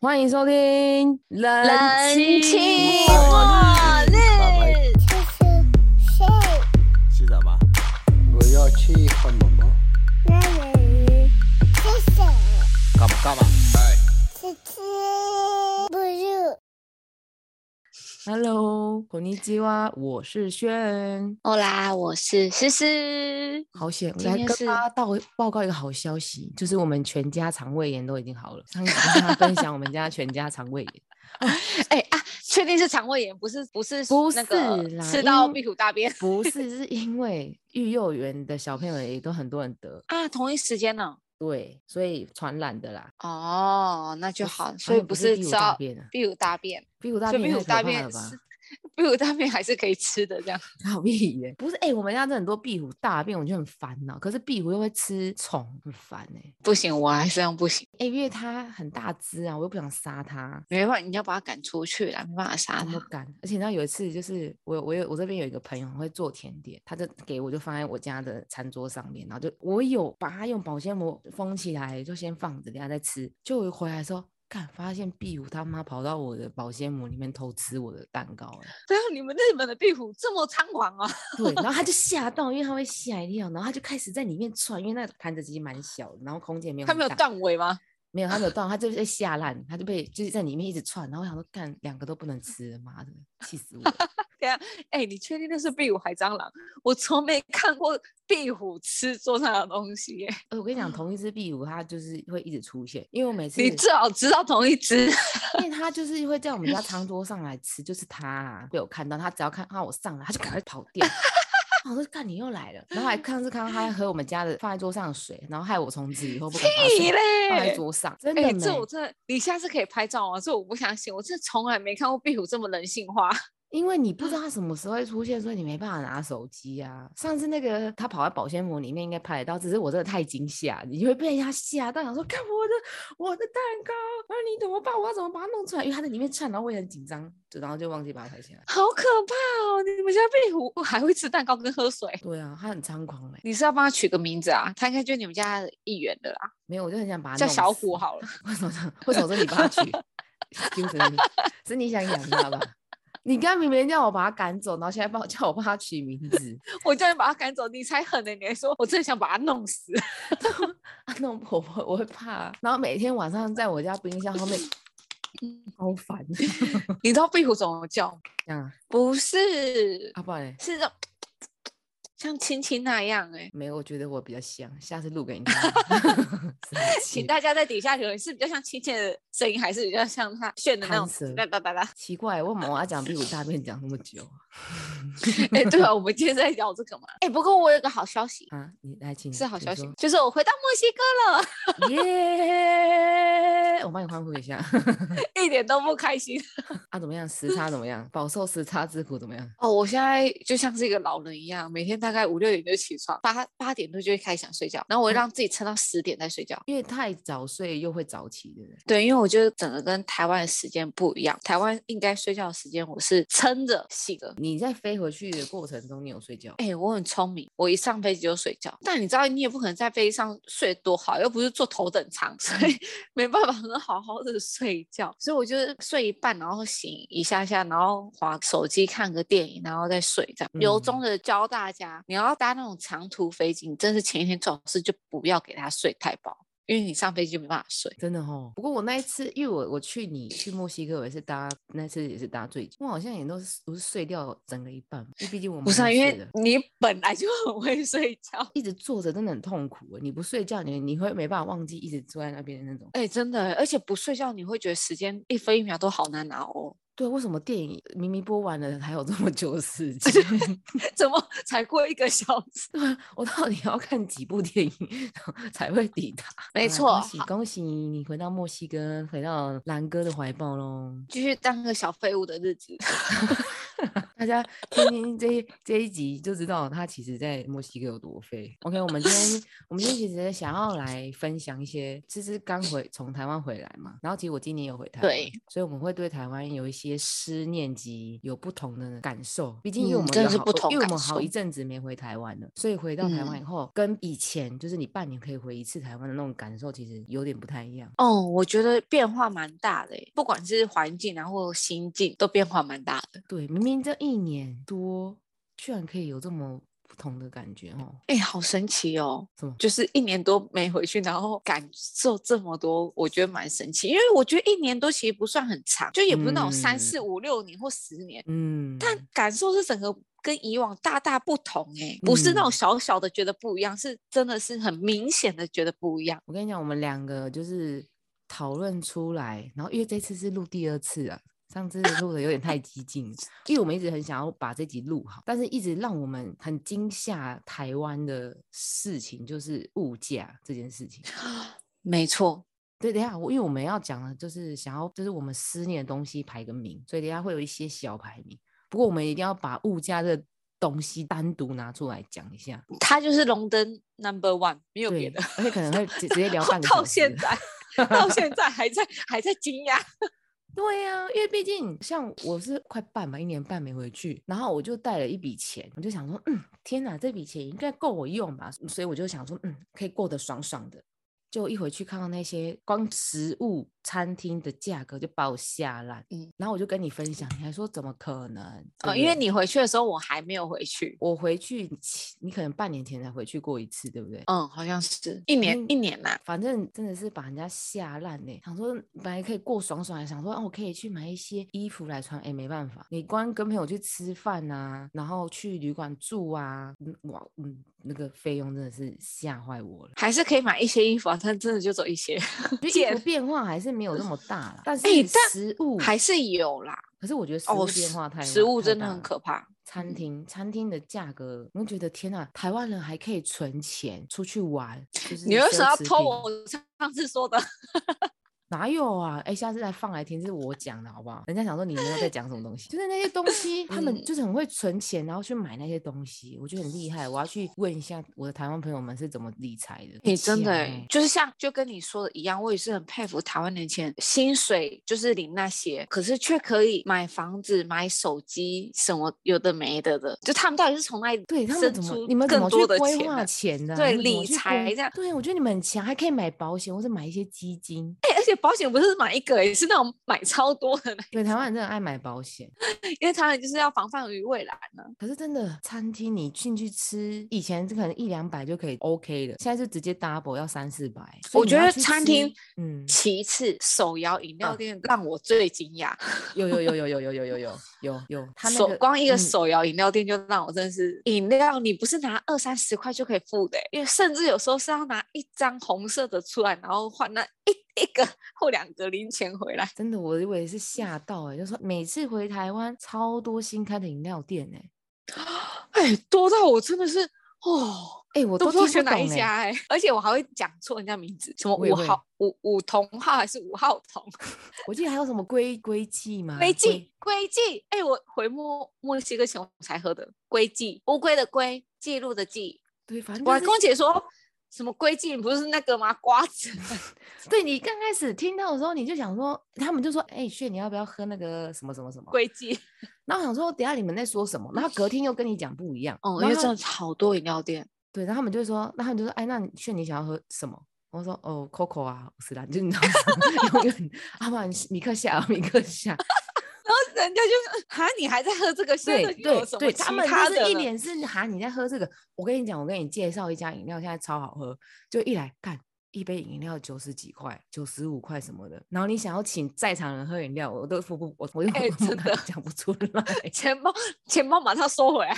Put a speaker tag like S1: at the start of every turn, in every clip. S1: 欢迎收听冷清
S2: 末日，
S3: 是什么？
S4: 我要去看妈妈。
S3: 干嘛干嘛？
S1: Hello，こんにちは，我是轩。
S2: 欧啦，我是思思。
S1: 好险！我
S2: 今
S1: 来
S2: 天
S1: 跟
S2: 是
S1: 大家到报告一个好消息，就是我们全家肠胃炎都已经好了。上一集跟大家分享我们家全家肠胃炎，
S2: 哎、啊，确定是肠胃炎，不是不是
S1: 不
S2: 那个
S1: 是啦
S2: 吃到
S1: 因
S2: 壁虎大便
S1: 不是是因为育幼园的小朋友也都很多人得，
S2: 啊？同一时间呢？
S1: 对，所以传染的啦。
S2: 哦，那就
S1: 不是
S2: 好，
S1: 哎
S2: 所以
S1: 不
S2: 不
S1: 是
S2: 是
S1: 壁虎
S2: 吃
S1: 大
S2: 到
S1: 便啊
S2: 壁虎大便，
S1: 屁股大
S2: 所以
S1: 便也
S2: 壁虎
S1: 太
S2: 大
S1: 可怕了
S2: 便
S1: 吧？
S2: 是 壁虎大便还是可以吃的，这样
S1: 好屁耶！不是哎、我们家真的很多壁虎大便，我就很烦恼。可是壁虎又会吃虫，很烦哎、
S2: 不行，我还是这样不行，
S1: 哎、因为它很大只啊，我又不想杀它，
S2: 没办法，你要把它赶出去啦，没办法杀
S1: 怎么
S2: 它。
S1: 敢？而且你知道有一次，就是我我有我这边有一个朋友很会做甜点，他就给我就放在我家的餐桌上面，然后就我有把它用保鲜膜封起来，就先放着，等下再吃。就我一回来的时候，看发现壁虎他妈跑到我的保鲜膜里面偷吃我的蛋糕、欸，
S2: 对啊，你们日本的壁虎这么猖狂啊？
S1: 对，然后他就吓到，因为他会吓一跳，然后他就开始在里面窜，因为那个盘子其实蛮小的，然后空间没有
S2: 它
S1: 很
S2: 没有
S1: 大
S2: 断尾吗？
S1: 没有，他没有断，他就被吓烂，他就被就是在里面一直窜，然后我想说，干两个都不能吃，妈的，气死我了！
S2: 哎、你确定那是壁虎还蟑螂？我从没看过壁虎吃桌上的东西耶、
S1: 呃我跟你 讲，同一只壁虎它就是会一直出现，因为我每次，
S2: 你
S1: 因
S2: 最好知道同一只。
S1: 为它就是会在我们家餐桌上来吃，就是它、啊、被我看到，它只要看到我上来，它就赶快跑掉。 我说：“干，你又来了。”然后还看是看到它喝我们家的放在桌上的水，然后害我从此以后不敢把
S2: 屁
S1: 水放在
S2: 嘞！
S1: 桌上，真的
S2: 哎、
S1: 没。
S2: 这我真的，你下次可以拍照啊！这我不相信，我真的从来没看过壁虎这么人性化。
S1: 因为你不知道它什么时候会出现，所以你没办法拿手机啊。上次那个它跑在保鲜膜里面应该拍得到，只是我真的太惊吓，你会被它吓到，想说看我的我的蛋糕，啊你怎么办？我要怎么把它弄出来？因为它在里面窜，然后我也很紧张，就然后就忘记把它拍下来。
S2: 好可怕哦！你们家壁虎还会吃蛋糕跟喝水？
S1: 对啊，它很猖狂嘞、
S2: 你是要帮它取个名字啊？它应该就是你们家的一员的啦，
S1: 没有，我就很想把它
S2: 叫
S1: 弄
S2: 小
S1: 死
S2: 虎。好了。
S1: 为什么这？为什么这你帮它取？Excuse me，是你想养它吧？ 你刚明明叫我把它赶走，然后现在帮我叫我帮它取名字，
S2: 我叫你把它赶走，你才狠呢！你还说我真的想把它弄死。
S1: 啊， 那我我我会怕、啊。然后每天晚上在我家冰箱后面好烦， 这
S2: 你知道壁虎怎么叫吗？
S1: 样啊？
S2: 不是，
S1: 啊，不然嘞
S2: 是那种像亲亲那样哎、
S1: 没有，我觉得我比较像，下次录给你看。 神
S2: 请
S1: 奇
S2: 大家在底下留言，是比较像亲切的声音，还是比较像他炫的那
S1: 弹
S2: 种
S1: 舌
S2: 哒哒哒哒？
S1: 奇怪，为什么我要讲屁股大便讲那么久啊
S2: 哎、对啊，我们今天在聊这个嘛。 嗯哎、不过我有个好消息，
S1: 啊？你来，请
S2: 是好
S1: 请
S2: 消息
S1: 说，
S2: 就是我回到墨西哥
S1: 耶！我帮你欢呼一下
S2: 了， 一点都不开心。
S1: 啊！怎么样？时差怎么样？饱受时差之苦怎么样？
S2: 哦，我现在就像是一个老人一样，每天大概五六点就起床，八八点多就会开始想睡觉，然后我会让自己撑到十点再睡觉。
S1: 因为太早睡又会早起，对不对？
S2: 对，因为我觉得整个跟台湾的时间不一样，台湾应该睡觉的时间我是撑着醒着，
S1: 你在飞回去的过程中，你有睡觉？
S2: 哎、我很聪明，我一上飞机就睡觉。但你知道，你也不可能在飞机上睡多好，又不是坐头等舱，所
S1: 嗯
S2: 以 没办法很好好的睡觉。所以我就是睡一半，然后醒一下下，然后划手机看个电影，然后再睡这样。由
S1: 嗯
S2: 衷的教大家，你要搭那种长途飞机，你真是前一天最好是就不要给他睡太饱，因为你上飞机就没办法睡。
S1: 真的哦，不过我那一次，因为我我去你去墨西哥，我也是搭那次也是搭最久，我好像也都是都是睡掉整个一半，因为毕竟我
S2: 不
S1: 蛮
S2: 是啊，
S1: 会
S2: 因
S1: 睡
S2: 为
S1: 的
S2: 你本来就很会睡觉。
S1: 一直坐着真的很痛苦，欸你不睡觉你你会没办法忘记一直坐在那边的那种。
S2: 哎、真的，而且不睡觉你会觉得时间一分一秒都好难熬哦。
S1: 对，为什么电影明明播完了还有这么久的时间？
S2: 怎么才过一个小时？
S1: 我到底要看几部电影 才会抵达？
S2: 嗯没
S1: 好
S2: 错
S1: 啦，恭喜恭喜你回到墨西哥，回到兰哥的怀抱喽。
S2: 继续当个小废物的日子。
S1: 大家听听这一这一集就知道他其实在墨西哥有多废。OK，我们今天 我们今天其实想要来分享一些，其实刚回从台湾回来嘛，然后其实我今年有回台湾，
S2: 对，
S1: 所以我们会对台湾有一些思念及有不同的感受。毕竟因为我
S2: 嗯
S1: 们
S2: 真
S1: 有
S2: 的是
S1: 好
S2: 不同
S1: 因为我
S2: 感
S1: 们好一
S2: 受嗯
S1: 阵子没回台湾了，所以回到台湾以后，跟以前就是你半年可以回一次台湾的那种感受，其实有点不太一样。
S2: 哦，我觉得变化蛮大的欸，不管是环境然后心境都变化蛮大的。
S1: 对，明明这一年多，居然可以有这么不同的感觉哦。
S2: 哎、好神奇哦！
S1: 什么
S2: 就是一年多没回去，然后感受这么多，我觉得蛮神奇。因为我觉得一年多其实不算很长，就也不是那种三
S1: 嗯
S2: 四五六年或十年，
S1: 嗯，
S2: 但感受是整个跟以往大大不同哎、不是那种
S1: 嗯
S2: 小小的觉得不一样，是真的是很明显的觉得不一样。
S1: 我跟你讲，我们两个就是讨论出来，然后因为这次是录第二次啊，上次录的有点太激进了，因为我们一直很想要把这集录好，但是一直让我们很惊吓台湾的事情就是物价这件事情。
S2: 没错，
S1: 对，等一下我因为我们要讲的就是想要就是我们思念的东西排个名，所以等一下会有一些小排名，不过我们一定要把物价这个东西单独拿出来讲一下，
S2: 它就是龙灯 number one，没有
S1: 对
S2: 别的。，
S1: 而且可能会直直接 聊半个小
S2: 到
S1: 时
S2: 现在，到现在还在还在惊讶。
S1: 对呀、因为毕竟像我是快半吧，一年半没回去，然后我就带了一笔钱，我就想说，嗯，天哪，这笔钱应该够我用吧，所以我就想说，嗯，可以过得爽爽的。就一回去看到那些光食物餐厅的价格就把我吓烂，
S2: 嗯
S1: 嗯，然后我就跟你分享，你还说怎么可能？哦对
S2: 呃，
S1: 不
S2: 因为
S1: 对
S2: 你回去的时候我还没有回去。
S1: 我回去前，你可能半年前才回去过一次，对不对？
S2: 嗯，好像是一年
S1: 嗯
S2: 一年呐、
S1: 反正真的是把人家吓烂呢。想说本来可以过爽爽的，想说哦，我可以去买一些衣服来穿，哎，没办法，你光跟朋友去吃饭啊，然后去旅馆住啊，嗯哇，嗯，那个费用真的是吓坏我了。
S2: 还是可以买一些衣服啊，但真的就走一些，
S1: 就衣
S2: 贱
S1: 服变化还是没有那么大啦，但是
S2: 哎但
S1: 食物
S2: 还是有啦。
S1: 可是我觉得食
S2: 哦
S1: 物，变
S2: 食
S1: 化太
S2: 食
S1: 大
S2: 物
S1: 太
S2: 真的
S1: 大
S2: 很
S1: 了
S2: 可怕。
S1: 餐
S2: 嗯
S1: 厅餐厅的价格，我就觉得天呐，台湾人还可以存钱出去玩，就是
S2: 你为什么要
S1: 奢侈
S2: 偷
S1: 品
S2: 我上次说的？
S1: 哪有啊？哎、下次再放来听，是我讲的好不好？人家想说你没有在讲什么东西， 就是那些东西，他们
S2: 嗯
S1: 就是很会存钱，然后去买那些东西，我觉得很厉害。我要去问一下我的台湾朋友们是怎么理嗯财的。
S2: 你真的、
S1: 很
S2: 欸
S1: 强、
S2: 就是像就跟你说的一样，我也是很佩服台湾年轻人，薪水就是领那些，可是却可以买房子、买手机，什么有的没的的，就他们到底是从哪里
S1: 对他
S2: 生
S1: 们怎
S2: 出
S1: 么你们怎
S2: 更
S1: 么去
S2: 多的
S1: 规
S2: 钱
S1: 划
S2: 啊
S1: 钱的啊、你
S2: 对
S1: 们怎么
S2: 理
S1: 去
S2: 财
S1: 规
S2: 这样
S1: 对，我觉得你们很强，还可以买保险或者买一些基金。
S2: 哎、而且保险不是买一个、欸，是那种买超多的那，
S1: 对，台湾人真的爱买保险，
S2: 因为台湾就是要防范于未然呢、
S1: 可是真的餐厅你进去吃，以前可能一两百就可以 OK 了，现在就直接 double 要三四百。所以
S2: 我
S1: 你
S2: 觉
S1: 要
S2: 得
S1: 去
S2: 餐
S1: 吃
S2: 厅
S1: 嗯，
S2: 其次，手摇饮料
S1: 啊
S2: 店让我最惊讶，
S1: 有有有有有有有有有有有，他那
S2: 手
S1: 个
S2: 光一个
S1: 嗯
S2: 手摇饮料店就让我真的是，饮料你不是拿二三十块就可以付的欸、因为甚至有时候是要拿一张红色的出来，然后换那一一个或两个零钱回来。
S1: 真的，我以为是吓到哎、欸，就说每次回台湾超多新开的饮料店哎、欸，
S2: 哎，多到我真的是哦，
S1: 哎、我
S2: 都
S1: 都
S2: 不知
S1: 听不
S2: 道选
S1: 懂
S2: 哪一
S1: 哎、
S2: 家哎、而且我还会讲错人家名字，什么
S1: 我也
S2: 五
S1: 会
S2: 号五五同号还是五号同？
S1: 我记得还有什么龟龟记吗？
S2: 啊龟
S1: 龟
S2: 记，龟记，哎、我回墨墨西哥前我才喝的龟记，乌龟的龟，记录的记。
S1: 对，反正
S2: 我还
S1: 就
S2: 跟我
S1: 是
S2: 姐说，什么龟记不是那个吗？瓜子，
S1: 对你刚开始听到的时候，你就想说，他们就说，哎、炫你要不要喝那个什么什么什么？
S2: 龟记。
S1: 然后想说，等一下你们在说什么？然后隔天又跟你讲不一样，
S2: 哦，因
S1: 然
S2: 为
S1: 后他
S2: 真的好多饮料店，
S1: 对，然后他们就会说，那他们就说，哎，那你炫你想要喝什么？我说哦，Coco 啊，不是啦，就你知道吗， 永远啊，不然米克夏啊，米克夏，
S2: 然后人家就是哈，你还在喝这个，现在
S1: 对
S2: 又有
S1: 对
S2: 什么
S1: 对，
S2: 其
S1: 他们
S2: 他
S1: 就
S2: 的
S1: 是一
S2: 了
S1: 脸是喊你在喝这个。我跟你讲，我跟你介绍一家饮料，现在超好喝，就一来看一杯饮料九十几块、九十五块什么的，然后你想要请在场人喝饮料，我都付不，我我又、
S2: 哎
S1: 我
S2: 真
S1: 敢
S2: 的
S1: 讲不出来
S2: 钱包，钱包马上收回来。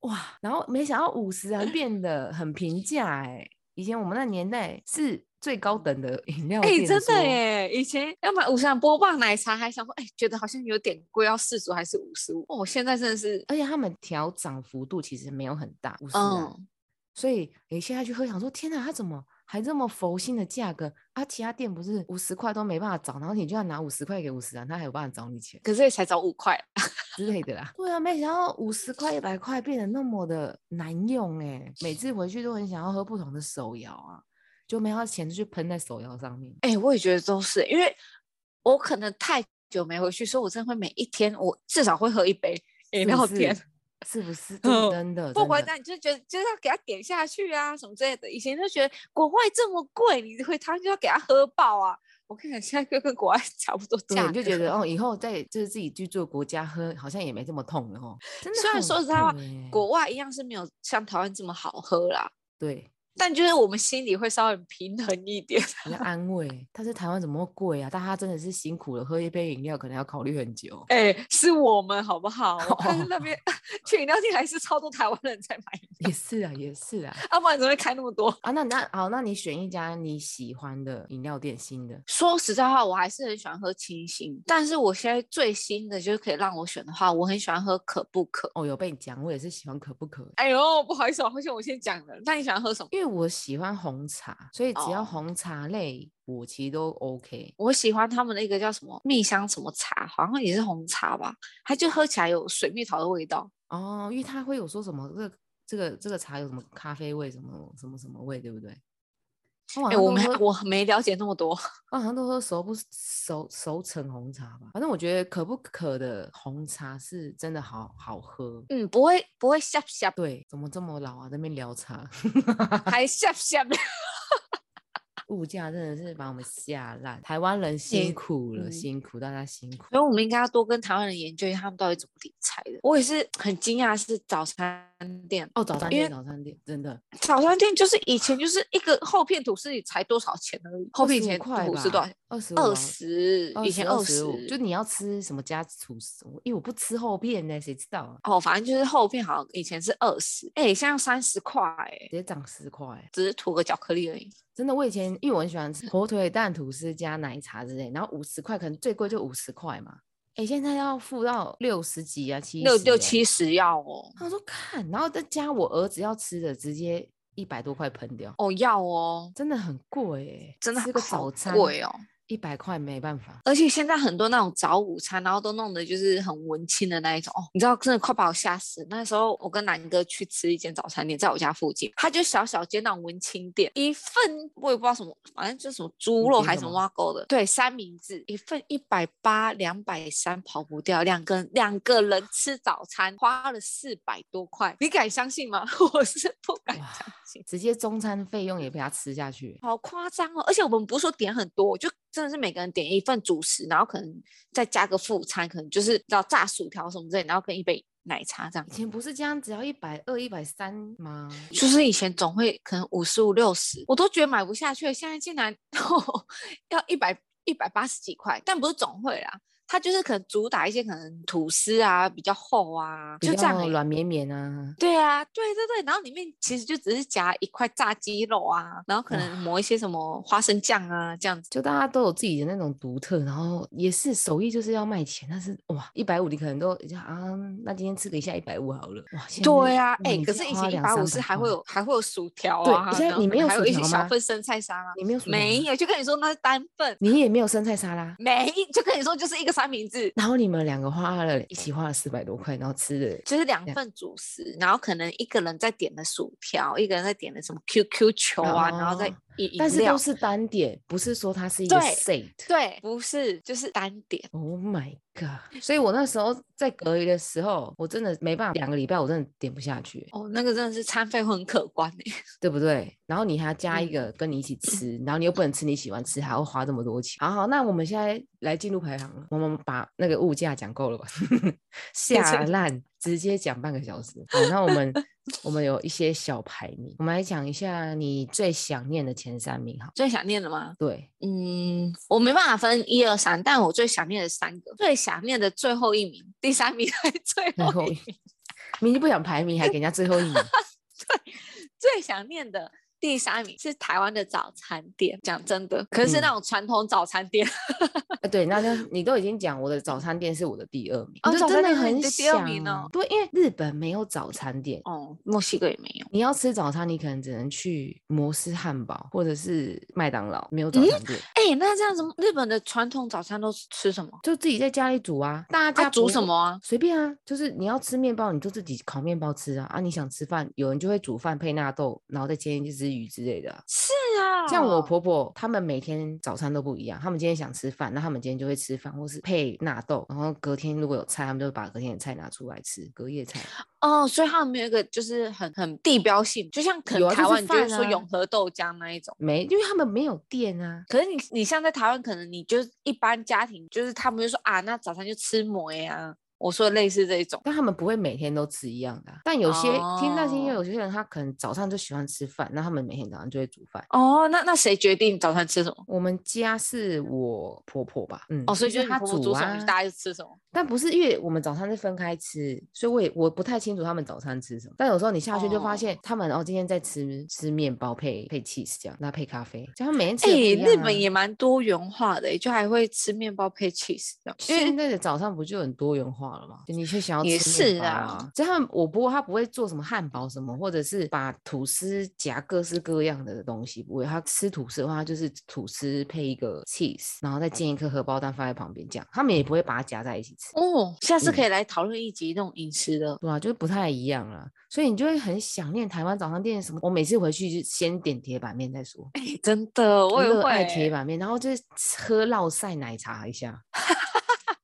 S1: 哇。然后没想到五十还变得很平价哎、以前我们那年代是最高等的饮料
S2: 哎、
S1: 店，
S2: 真的。耶！以前要买五十波霸奶茶，还想说，哎、觉得好像有点贵，要四十还是五十五？哦，现在真的是，
S1: 而且他们调涨幅度其实没有很大，五十、啊，
S2: 嗯，
S1: 所以你现在去喝，想说天哪，他怎么还这么佛性的价格啊！其他店不是五十块都没办法找，然后你就要拿五十块给五十啊，他还有办法找你钱
S2: 可是也才找五块，
S1: 之类的 啦。对啊，没想到五十块、一百块变得那么的难用哎、每次回去都很想要喝不同的手摇啊，就没想到钱就去喷在手摇上面。
S2: 哎、我也觉得都是，因为我可能太久没回去，所以我真的会每一天我至少会喝一杯饮
S1: 是
S2: 料
S1: 不是
S2: 天。
S1: 是不 是？这是真的，
S2: 不
S1: 真
S2: 管
S1: 的
S2: 那你就觉得就是要给他点下去啊，什么之类的。以前就觉得国外这么贵，你回台湾就要给他喝爆啊。我跟你讲，现在就跟国外 差不多
S1: 对，
S2: 价
S1: 你
S2: 格，
S1: 就觉得哦，以后在就是自己居住的国家喝，好像也没这么痛了哦。真的
S2: 虽然
S1: 很欸
S2: 说实在话
S1: 贵耶
S2: 国外一样是没有像台湾这么好喝啦，
S1: 对，
S2: 但就是我们心里会稍微平衡一点。
S1: 比较安慰。但是台湾怎么会贵啊？但他真的是辛苦了，喝一杯饮料可能要考虑很久。
S2: 哎、是我们好不好？我看那
S1: 哦
S2: 边去饮料店还是超多台湾人在买饮
S1: 也是啊，也是啊。
S2: 料，要、不然怎么会开那么多？
S1: 啊，那那好，那你选一家你喜欢的饮料店，新的
S2: 说实在话，我还是很喜欢喝清新，但是我现在最新的就是可以让我选的话，我很喜欢喝可不可。
S1: 哦，有被你讲，我也是喜欢可不可，
S2: 哎呦，不好意思、哦，好像我先讲了。那你喜欢喝什么？
S1: 因为我喜欢红茶，所以只要
S2: 哦
S1: 红茶类我其实都 OK。
S2: 我喜欢他们的一个叫什么蜜香什么茶，好像也是红茶吧，它就喝起来有水蜜桃的味道。
S1: 哦，因为他会有说什么这个这个这个茶有什么咖啡味，什么什么什么味，对不对？我好
S2: 哎、
S1: 像
S2: 我
S1: 都
S2: 没
S1: 喝
S2: 我没了解那么多。
S1: 我好像都喝熟不熟熟成红茶吧，反正我觉得可不可的红茶是真的好好喝。
S2: 嗯，不会不会下 下，
S1: 对，怎么这么老啊？在那边聊茶，
S2: 还下下。
S1: 物价真的是把我们吓烂。台湾人
S2: 也
S1: 辛苦了，
S2: 嗯
S1: 辛苦大家辛苦。
S2: 所以我们应该要多跟台湾人研究一下他们到底怎么理财的。我也是很惊讶，是早餐店
S1: 哦，早餐
S2: 因
S1: 店，
S2: 为
S1: 早餐店真的
S2: 早餐店就是以前就是一个厚片吐司里才多少钱而已，厚片以前
S1: 25块
S2: 吐司多少钱？
S1: 二十啊
S2: 二十，以前二
S1: 十五，
S2: 十，
S1: 就你要吃什么加厨师，因为我不吃厚片呢，谁知道啊？
S2: 哦，反正就是厚片好像以前是二十，哎，现在三十块，哎
S1: 直，接涨十块。
S2: 只是涂个巧克力而已。
S1: 真的，我以前因为我很喜欢吃火腿蛋吐司加奶茶之类，然后五十块，可能最贵就五十块嘛。哎、现在要付到六十几啊，七
S2: 六
S1: 十
S2: 六
S1: 欸。
S2: 七十要哦，
S1: 他说看，然后再加我儿子要吃的，直接一百多块喷掉，
S2: 哦要哦，
S1: 真的很贵哎、
S2: 真的
S1: 吃个
S2: 好
S1: 早餐
S2: 贵哦。
S1: 一百块没办法。
S2: 而且现在很多那种早午餐，然后都弄得就是很文青的那一种哦，你知道真的快把我吓死。那时候我跟南哥去吃一间早餐店，在我家附近，他就小小间那种文青店，一份我也不知道什么，反正就是什么猪肉
S1: 点
S2: 还是
S1: 什
S2: 什么
S1: 么
S2: 挖沟的，对，三明治一份一百八、两百三跑不掉，两个两个人吃早餐花了四百多块，你敢相信吗？ 我是不敢
S1: 哇
S2: 相信。
S1: 直接中餐费用也被他吃下去欸、
S2: 好夸张哦！而且我们不是说点很多，就真的是每个人点一份主食，然后可能再加个副餐，可能就是叫炸薯条什么之类，然后跟一杯奶茶这样
S1: 以。前不是这样，只要一百二、一百三吗？
S2: 就是以前总会可能五十五六十，我都觉得买不下去了，现在竟然 哦要一百一百八十几块，但不是总会啦，它就是可能主打一些可能吐司啊比较厚啊，
S1: 比
S2: 就这样
S1: 较
S2: 而已
S1: 软绵绵啊，
S2: 对啊，对对对，然后里面其实就只是夹一块炸鸡肉啊，然后可能抹一些什么花生酱啊这样子。
S1: 就大家都有自己的那种独特，然后也是手艺就是要卖钱，但是哇，一百五你可能都就啊，那今天吃个一下一百五好了，哇，现在
S2: 对啊，
S1: 嗯
S2: 哎、
S1: 你
S2: 可
S1: 就是
S2: 以
S1: 花
S2: 前一
S1: 两
S2: 百五
S1: 三
S2: 是
S1: 百
S2: 还会
S1: 块
S2: 有还会有薯条
S1: 对
S2: 啊，
S1: 现在
S2: 然后
S1: 你
S2: 可
S1: 没
S2: 能
S1: 有
S2: 还
S1: 薯
S2: 有一
S1: 条
S2: 些小
S1: 吗
S2: 份生菜沙拉，
S1: 你没有薯条
S2: 没
S1: 吗，
S2: 有，就跟你说那是单份，
S1: 你也没有生菜沙拉，
S2: 没就跟你说就是一个三明治，
S1: 然后你们两个花了一起花了四百多块，然后吃的
S2: 就是两
S1: 两
S2: 份主食，然后可能一个人再点了薯条，一个人再点了什么 QQ 球啊，然后再
S1: 哦
S2: 饮饮
S1: 但是
S2: 料
S1: 都是单点，不是说它是一个
S2: 对
S1: set。
S2: 对，不是就是单点，
S1: Oh my god！所以我那时候在隔离的时候，我真的没办法，两个礼拜我真的点不下去、
S2: 哦，那个真的是餐费会很可观欸诶、
S1: 对不对？然后你还要加一
S2: 嗯
S1: 个跟你一起吃，然后你又不能吃你喜欢吃，还要花这么多钱。好好，那我们现在来进入排行了，我们把那个物价讲够了吧？ 下烂，直接讲半个小时。好，那我们我们有一些小排名，我们来讲一下你最想念的前三名。好，
S2: 最想念的吗？
S1: 对，
S2: 嗯，我没办法分一二三，但我最想念的三个，最想念的最后一名，第三名 还最
S1: 然
S2: 后
S1: 后
S2: 一名。
S1: 明明就不想排名，还给人家最后一名。
S2: 最想念的第三名是台湾的早餐店，讲真的，可是
S1: 嗯
S2: 那种传统早餐店，
S1: 呃，对，那就你都已经讲我的早餐店是我的第二名，
S2: 哦
S1: 我的早
S2: 真
S1: 餐
S2: 的
S1: 店
S2: 是你
S1: 很
S2: 的第二
S1: 想
S2: 名哦
S1: 啊对，因为日本没有早餐店。
S2: 哦，墨西哥也没有。
S1: 你要吃早餐，你可能只能去摩斯汉堡或者是麦当劳，没有早
S2: 嗯
S1: 餐店，
S2: 哎、那这样子，日本的传统早餐都是吃什么？
S1: 就自己在家里煮啊。大
S2: 他、
S1: 家
S2: 煮
S1: 不
S2: 什
S1: 会
S2: 么啊？
S1: 随便啊，就是你要吃面包，你就自己烤面包吃啊。啊，你想吃饭，有人就会煮饭配纳豆，然后再煎一只鱼之类的啊、
S2: 是啊，
S1: 像我婆婆，他们每天早餐都不一样，他们今天想吃饭，那他们今天就会吃饭，或是配纳豆，然后隔天如果有菜，他们就会把隔天的菜拿出来吃，隔夜菜。
S2: 哦，所以他们没有一个就是很很地标性，就像可
S1: 有啊
S2: 能台
S1: 就是
S2: 湾你就会
S1: 饭
S2: 说
S1: 啊
S2: 永和豆浆那一种。
S1: 没，因为他们没有店啊。
S2: 可是你你像在台湾，可能你就是一般家庭，就是他们就说啊，那早餐就吃馍呀。我说类似这一种，
S1: 但他们不会每天都吃一样的啊、但有些、听那些
S2: 哦
S1: 有些人，他可能早上就喜欢吃饭，那他们每天早上就会煮饭。
S2: 哦，那那谁决定早餐吃什么？
S1: 我们家是我婆婆吧，嗯，
S2: 哦，所以
S1: 就
S2: 就是是
S1: 她
S2: 你婆婆
S1: 煮
S2: 煮什
S1: 啊
S2: 么，，大家就吃什么。
S1: 但不是因为我们早餐是分开吃，所以我也我不太清楚他们早餐吃什么。但有时候你下去就发现他们哦，今天在吃吃面包配配 cheese 这样，那配咖啡，就他们每天吃
S2: 哎、
S1: 的不一样啊、
S2: 日本也蛮多元化的、就还会吃面包配 cheese 这样因为
S1: 现在的早上不就很多元化了吗？就你却想要
S2: 也
S1: 吃面
S2: 是
S1: 包
S2: 啊，
S1: 就他们我不过他不会做什么汉堡什么，或者是把吐司夹各式各样的东西，不会。他吃吐司的话，他就是吐司配一个 cheese，然后再煎一颗荷包蛋放在旁边这样，他们也不会把它夹在一起吃。
S2: 哦，下次
S1: 嗯
S2: 可以来讨论一集那种饮食的。
S1: 对啊，就是不太一样啦，所以你就会很想念台湾早餐店什么。我每次回去就先点铁板面再说，
S2: 哎真的，我也
S1: 热
S2: 会
S1: 爱铁
S2: 欸。
S1: 板面，然后就是喝烙晒奶茶一 下，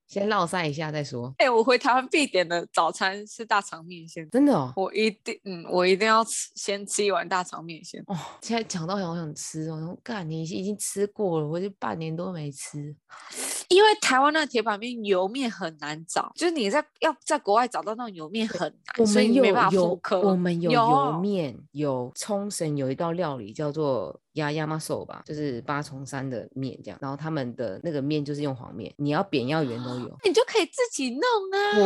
S1: 先烙晒一下再说。
S2: 哎、我回台湾必点的早餐是大肠面线，
S1: 真的哦，
S2: 我一定，嗯，我一定要吃，先吃一碗大肠面线。
S1: 哦，现在讲到好想吃哦，然后干你已经吃过了，我就半年多没吃。
S2: 因为台湾那个铁板面油面很难找，就是你在要在国外找到那种油面很
S1: 我
S2: 难，所以
S1: 们
S2: 你
S1: 有
S2: 没办法复
S1: 有
S2: 刻。
S1: 我们有油
S2: 有
S1: 面，有冲绳有一道料理叫做鸭鸭妈手吧，就是八重山的面这样，然后他们的那个面就是用黄面，你要扁要圆都有。
S2: 你就可以自己弄 啊。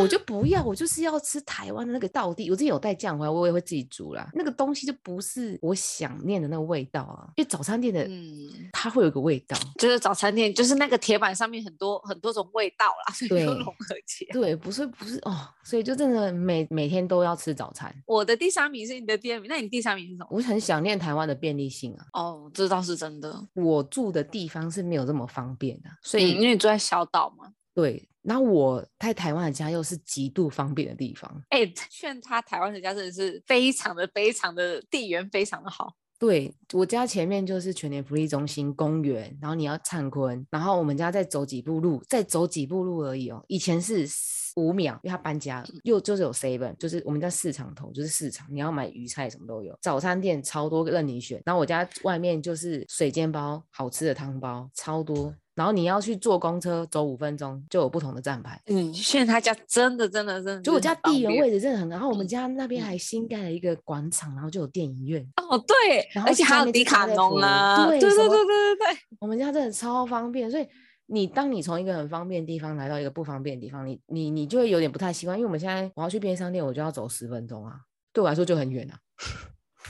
S1: 我就不要，我就是要吃台湾的那个道地。我之前有带酱回来，我也会自己煮啦。那个东西就不是我想念的那个味道啊，因为早餐店的、
S2: 嗯，
S1: 它会有一个味道，
S2: 就是早餐店，就是那个铁板上面很多很多种味道啦， 所以
S1: 对
S2: 就融合起来。
S1: 对，不是不是哦，所以就真的每每天都要吃早餐。
S2: 我的第三名是你的第二名，那你第三名是什么？
S1: 我很想念台湾的便利性啊，
S2: 哦，这倒是真的。
S1: 我住的地方是没有这么方便的、啊所
S2: 嗯，
S1: 以、
S2: 因为你住在小岛嘛。
S1: 对。然后我在台湾的家又是极度方便的地方，
S2: 哎、劝他台湾人家真的是非常的非常的地缘非常的好。
S1: 对我家前面就是全年福利中心公园，然后你要灿坤，然后我们家再走几步路，再走几步路而已哦。以前是五秒，因为他搬家了，又就是有 seven，就是我们家市场头就是市场，你要买鱼菜什么都有，早餐店超多任你选。然后我家外面就是水煎包，好吃的汤包超多。然后你要去坐公车，走五分钟就有不同的站牌。
S2: 嗯，劝他家真的真的真的，
S1: 就我家地缘位
S2: 置
S1: 置真的很好，然后我们家那边
S2: 嗯
S1: 还新盖了一个广场，然后就有电影院，
S2: 哦，对，
S1: 然后
S2: 而且
S1: 下
S2: 还有
S1: 面
S2: 迪
S1: 是家
S2: 卡
S1: 乐
S2: 侬
S1: 福
S2: 啊，
S1: 对
S2: 对
S1: 什
S2: 对
S1: 么
S2: 对对对对，
S1: 我们家真的超方便，所以你当你从一个很方便的地方来到一个不方便的地方，你你你就会有点不太习惯。因为我们现在我要去便利商店，我就要走十分钟啊，对我来说就很远啊。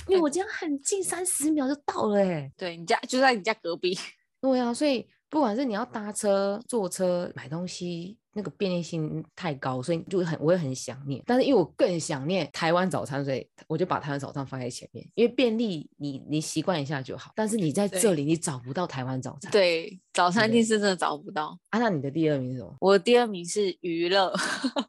S1: 因为我家很近，三十秒就到了哎、欸。
S2: 对你家就在你家隔壁，
S1: 对啊，所以不管是你要搭车、坐车、买东西，那个便利性太高，所以就会很我会很想念。但是因为我更想念台湾早餐，所以我就把台湾早餐放在前面，因为便利你你习惯一下就好。但是你在这
S2: 对
S1: 里你找不到台湾早餐。
S2: 对，早餐
S1: 对
S2: 店是真的找不到。
S1: 啊，那你的第二名是什么？
S2: 我的第二名是娱乐，